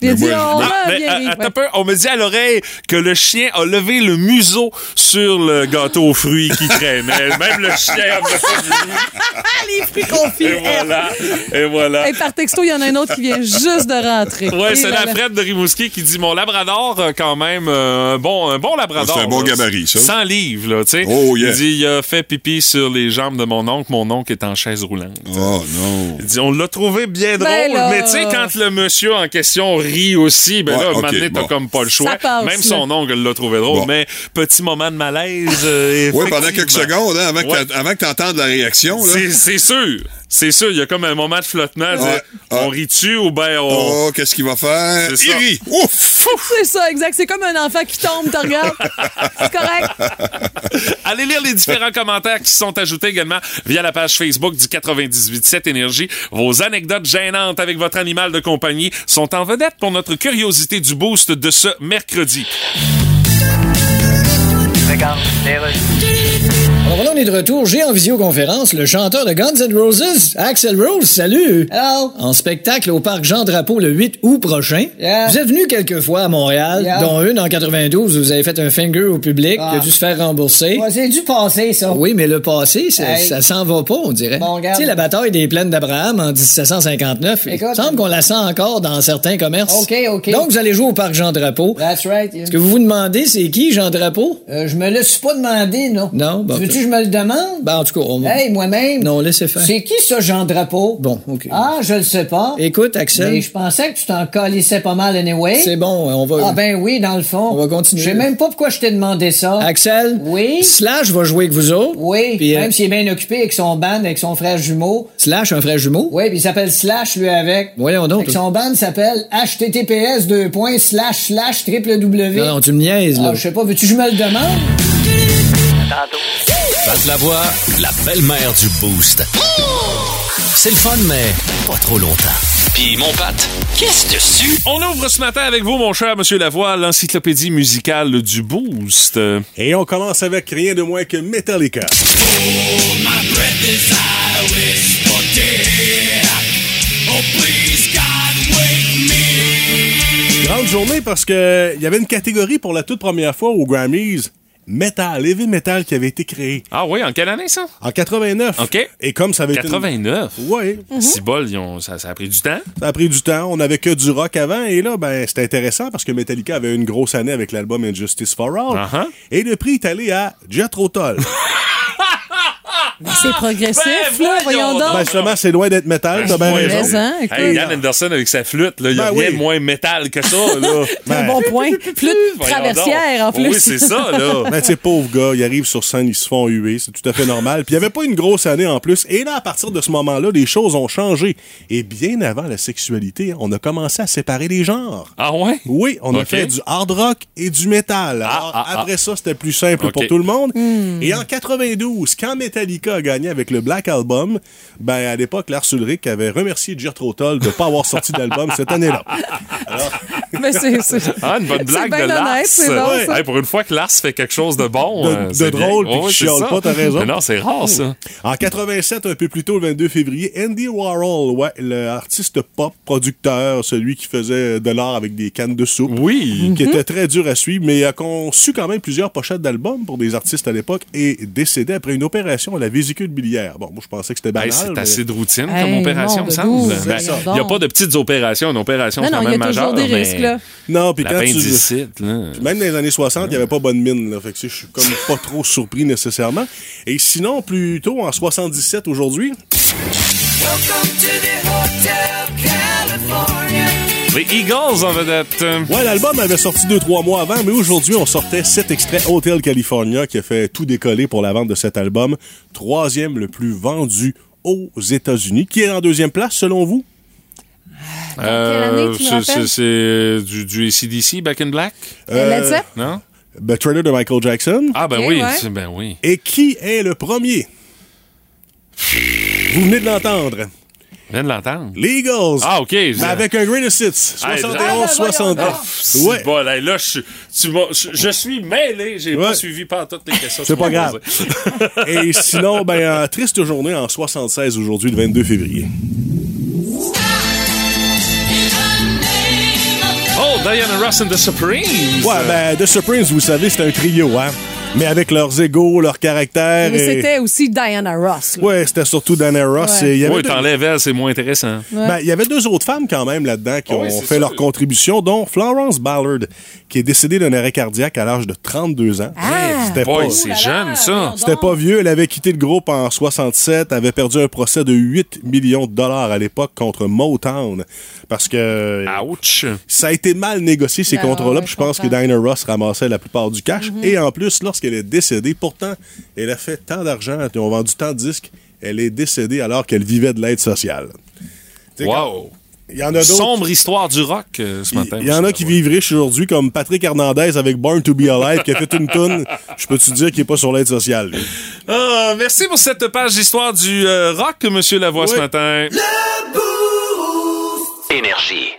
S2: Il a dit, on
S1: Ah,
S2: va
S1: mais,
S2: bien
S1: euh, attends un peu, on me dit à l'oreille que le chien a levé le museau sur le gâteau aux fruits qui traînait. Même le chien a
S2: Les fruits confits.
S1: Et voilà. Et voilà.
S2: Et par texto, il y en a un autre qui vient juste de rentrer.
S1: Ouais,
S2: Et
S1: c'est
S2: là,
S1: la
S2: là.
S1: Fred de Rimouski qui dit mon labrador euh, quand même euh, un bon un bon labrador.
S9: C'est un bon
S1: là,
S9: gabarit, ça.
S1: 100 livres là, tu sais.
S9: Oh, yeah.
S1: Il dit il a fait pipi sur les jambes de mon oncle, mon oncle est en chaise roulante.
S9: Oh non.
S1: Il dit on l'a trouvé bien drôle,
S2: Ben là.
S1: mais tu sais quand le monsieur en question rit aussi, ben
S9: Ouais,
S1: là
S9: ok,
S1: maintenant t'as
S9: bon.
S1: comme pas le choix.
S2: Ça passe,
S1: Même
S2: là.
S1: son oncle l'a trouvé drôle,
S9: Bon.
S1: mais petit moment de malaise euh,
S9: [LAUGHS] Oui, pendant
S1: effectivement.
S9: quelques secondes, hein, avant que
S1: Ouais.
S9: t'a- avant que tu entendes la réaction. là.
S1: C'est c'est sûr. C'est sûr, il y a comme un moment de flottement. de dire, On rit-tu ou ben on.
S9: Oh, qu'est-ce qu'il va faire?
S1: C'est ça.
S2: [LAUGHS] C'est ça, exact. C'est comme un enfant qui tombe, t'en regardes. C'est correct.
S1: [LAUGHS] Allez lire
S9: [LAUGHS]
S1: les différents commentaires qui sont ajoutés également via la page Facebook du 98.7 Énergie. Vos anecdotes gênantes avec votre animal de compagnie sont en vedette pour notre curiosité du boost de ce mercredi.
S4: Regarde, les Russes.
S5: Alors voilà, on est de retour. J'ai en visioconférence le chanteur de Guns N' Roses, Axel Rose. Salut! Hello! En spectacle au Parc Jean-Drapeau le 8 août prochain. Vous êtes venu quelques fois à Montréal,
S15: Yeah.
S5: dont une en 92 où vous avez fait un finger au public qui a
S15: Ah.
S5: dû se faire rembourser.
S15: Ouais, c'est du passé, ça.
S5: Oui, mais le passé, ça,
S15: Hey.
S5: ça s'en va pas, on dirait.
S15: Bon,
S5: tu
S15: regarde.
S5: sais, la bataille des plaines d'Abraham en 1759, il
S15: Écoute.
S5: semble qu'on la sent encore dans certains commerces.
S15: OK, OK.
S5: Donc, vous allez jouer au Parc Jean-Drapeau.
S15: That's right. yeah.
S5: Ce que vous vous demandez, c'est qui, Jean-Drapeau?
S15: Euh, je me le suis pas demandé, non.
S5: Non,
S15: Tu
S5: ben,
S15: Veux-tu que je me le demande?
S5: Ben, en tout cas, on...
S15: Hey, moi-même.
S5: Non, laissez faire.
S15: C'est qui ça, Jean Drapeau?
S5: Bon, OK.
S15: Ah, je le sais pas.
S5: Écoute, Axel.
S15: Mais je pensais que tu t'en calissais pas mal anyway.
S5: C'est bon, on va.
S15: Ah ben oui, dans le fond.
S5: On va continuer.
S15: Je sais même pas pourquoi je t'ai demandé ça.
S5: Axel?
S15: Oui?
S5: Slash va jouer avec vous autres.
S15: Oui,
S5: Puis, euh,
S15: même s'il est bien occupé avec son band, avec son frère jumeau.
S5: Slash, un frère jumeau.
S15: Oui, puis il s'appelle Slash, lui, avec.
S5: Voyons donc.
S15: Fait que son band s'appelle https deux points slash slash triple w.
S5: Non, non, tu me niaises, là.
S15: Ah, je sais pas, veux-tu que je me le demande?
S6: Pat Lavoie, la belle-mère du boost. C'est le fun, mais pas trop longtemps. Puis mon Pat, qu'est-ce dessus?
S1: On ouvre ce matin avec vous, mon cher Monsieur Lavoie, l'encyclopédie musicale du Boost. Euh,
S14: Et on commence avec rien de moins que Metallica.
S7: Oh, Oh,
S14: Grande journée parce que il y avait une catégorie pour la toute première fois aux Grammys. Metal, heavy metal qui avait été créée.
S1: Ah oui, en quelle année ça?
S14: En 89.
S1: OK.
S14: Et comme ça avait été une- Mhm.
S1: 89?
S14: Oui.
S1: Si bol, ils ont- ça, ça a pris du temps.
S14: Ça a pris du temps. On n'avait que du rock avant. Et là, ben, c'était intéressant parce que Metallica avait eu une grosse année avec l'album Injustice for All.
S1: Uh-huh.
S14: Et le prix est allé à Jethro Tull.
S2: C'est progressif, là, voyons donc.
S14: Ben, justement, c'est Ben, loin d'être métal. Ah, T'as bien
S1: Ouais,
S14: raison.
S2: Mais, hein, écoute.
S1: Hey, Ian Anderson avec sa flûte, là, il y a
S14: Ben
S1: rien
S14: oui.
S1: moins métal
S14: [LAUGHS]
S1: que ça. Là.
S2: Un bon
S1: ben, [LAUGHS]
S2: point. Flûte
S1: Voyons
S2: traversière, en
S1: donc.
S2: plus.
S1: Oui, c'est ça,
S2: [LAUGHS]
S1: là.
S14: Ben, tu sais, pauvre gars, ils arrivent sur scène, ils se font huer, c'est tout à fait normal. Puis il n'y avait pas une grosse année en plus. Et là, à partir de ce moment-là, les choses ont changé. Et bien avant la sexualité, on a commencé à séparer les genres.
S1: Ah ouais?
S14: Oui, on a
S1: Ok.
S14: fait du hard rock et du métal. Alors,
S1: ah, ah.
S14: après ça, c'était plus simple
S1: Ok.
S14: pour tout le monde. Et en 92, quand Metallica a gagné avec le Black Album, ben, à l'époque, Lars Ulrich avait remercié Jethro Tull de ne pas avoir sorti d'album cette année-là.
S2: Mais ben, c'est c'est-
S1: Ah, une bonne
S2: c'est
S1: blague
S2: bien
S1: de Lars.
S2: honnête, c'est bon,
S1: Ouais.
S2: ça.
S1: Hey, pour une fois que Lars fait quelque chose de bon.
S14: de,
S1: euh,
S14: de
S1: c'est bien.
S14: drôle, puis
S1: Ouais,
S14: qui
S1: c'est
S14: chiale
S1: ça.
S14: pas, t'as raison.
S1: Mais non, c'est rare, ça.
S14: En 87, un peu plus tôt, le 22 février, Andy Warhol, ouais, l'artiste pop, producteur, celui qui faisait de l'art avec des cannes de soupe.
S1: Oui.
S14: Qui était très dur à suivre, mais a conçu quand même plusieurs pochettes d'albums pour des artistes à l'époque et décédé après une opération à la vésicule biliaire. Bon, moi, je pensais que c'était banal.
S1: Hey, Ben, c'est
S14: mais-
S1: assez de routine comme
S2: Hey,
S1: opération,
S2: non,
S1: me
S2: de
S1: semble.
S2: goût,
S1: Ben,
S2: voyons
S1: Il n'y a
S2: donc.
S1: pas de petites opérations. Une opération,
S2: Non,
S1: c'est
S2: non,
S1: quand
S2: il y
S1: même
S2: a toujours
S1: majeure.
S2: des
S1: mais
S2: risques, là.
S14: Non, puis quand tu...
S1: L'appendicite, là.
S14: Même dans les années 60, il n'y avait pas bonne mine. Là, fait que, tu sais, je suis
S1: [LAUGHS]
S14: comme pas trop surpris nécessairement. Et sinon, plus tôt, en 77 aujourd'hui,
S1: Les Eagles en vedette.
S14: Ouais, l'album avait sorti 2-3 mois avant, mais aujourd'hui, on sortait cet extrait Hotel California qui a fait tout décoller pour la vente de cet album. Troisième le plus vendu aux États-Unis. Qui est en deuxième place, selon vous?
S1: Euh,
S2: année, tu me
S1: c'est-
S2: rappelles?
S1: c'est c'est du, du ACDC, Back in Black?
S2: Led
S14: Euh,
S2: Zepp?
S1: Non?
S14: The Trailer de Michael Jackson.
S1: Ah, ben
S2: Ok,
S1: oui.
S2: ouais.
S1: c'est- Ben oui.
S14: Et qui est le premier? Vous venez de l'entendre.
S1: Je viens de l'entendre.
S14: Les Eagles.
S1: Ah, OK.
S14: Mais Avec un Greatest Hits.
S1: Hey,
S2: ben,
S14: 71-62.
S1: Ah, c'est
S14: Ouais.
S1: bol. Hey, là, je, suis- tu m'as- je- je suis mêlé. J'ai pas
S14: Ouais.
S1: suivi pas toutes les questions.
S14: [LAUGHS] C'est pas
S1: que tu m'as
S14: grave.
S1: posées.
S14: Et sinon, ben, euh, triste journée en 76 aujourd'hui, le 22 février.
S1: Oh, Diana Ross and the Supremes.
S14: Ouais, ben, The Supremes, vous savez, c'est un trio, hein. Mais avec leurs égaux, leurs caractères.
S2: Mais
S14: et-
S2: c'était aussi Diana Ross. là.
S14: Ouais, c'était surtout Dana Ross.
S2: Ouais.
S14: et il y avait
S1: Oui,
S14: deux-
S1: t'enlèves elle, c'est moins intéressant.
S14: ben, il y avait deux autres femmes quand même là-dedans qui
S1: Ah
S14: ont
S1: oui, c'est
S14: fait
S1: sûr.
S14: leur contribution, dont Florence Ballard, qui est décédée d'un arrêt cardiaque à l'âge de 32
S2: Ah!
S14: ans. C'était
S1: Boy,
S14: pas-
S1: c'est jeune, ça.
S14: C'était pas vieux. Elle avait quitté le groupe en 67, avait perdu un procès de 8 millions de dollars à l'époque contre Motown. Parce que
S1: Ah. Ouch.
S14: ça a été mal négocié, ces
S2: Ben,
S14: contrats-là.
S2: ouais,
S14: puis je
S2: je
S14: pense que
S2: comprends. Mm-hmm.
S14: Diana Ross ramassait la plupart du cash. Et en plus, lorsqu'elle est décédée, pourtant, elle a fait tant d'argent, ils ont vendu tant de disques. Elle est décédée alors qu'elle vivait de l'aide sociale.
S1: Wow!
S14: Il y en a d'autres.
S1: Sombre histoire du rock euh, ce matin.
S14: Il y en a qui vivent riches aujourd'hui, comme Patrick Hernandez avec Born to be Alive, qui a fait une toune. Je peux te dire qu'il n'est pas sur l'aide sociale. lui.
S1: Ah, merci pour cette page d'histoire du euh, rock, Monsieur Lavoie, ce matin.
S7: Énergie.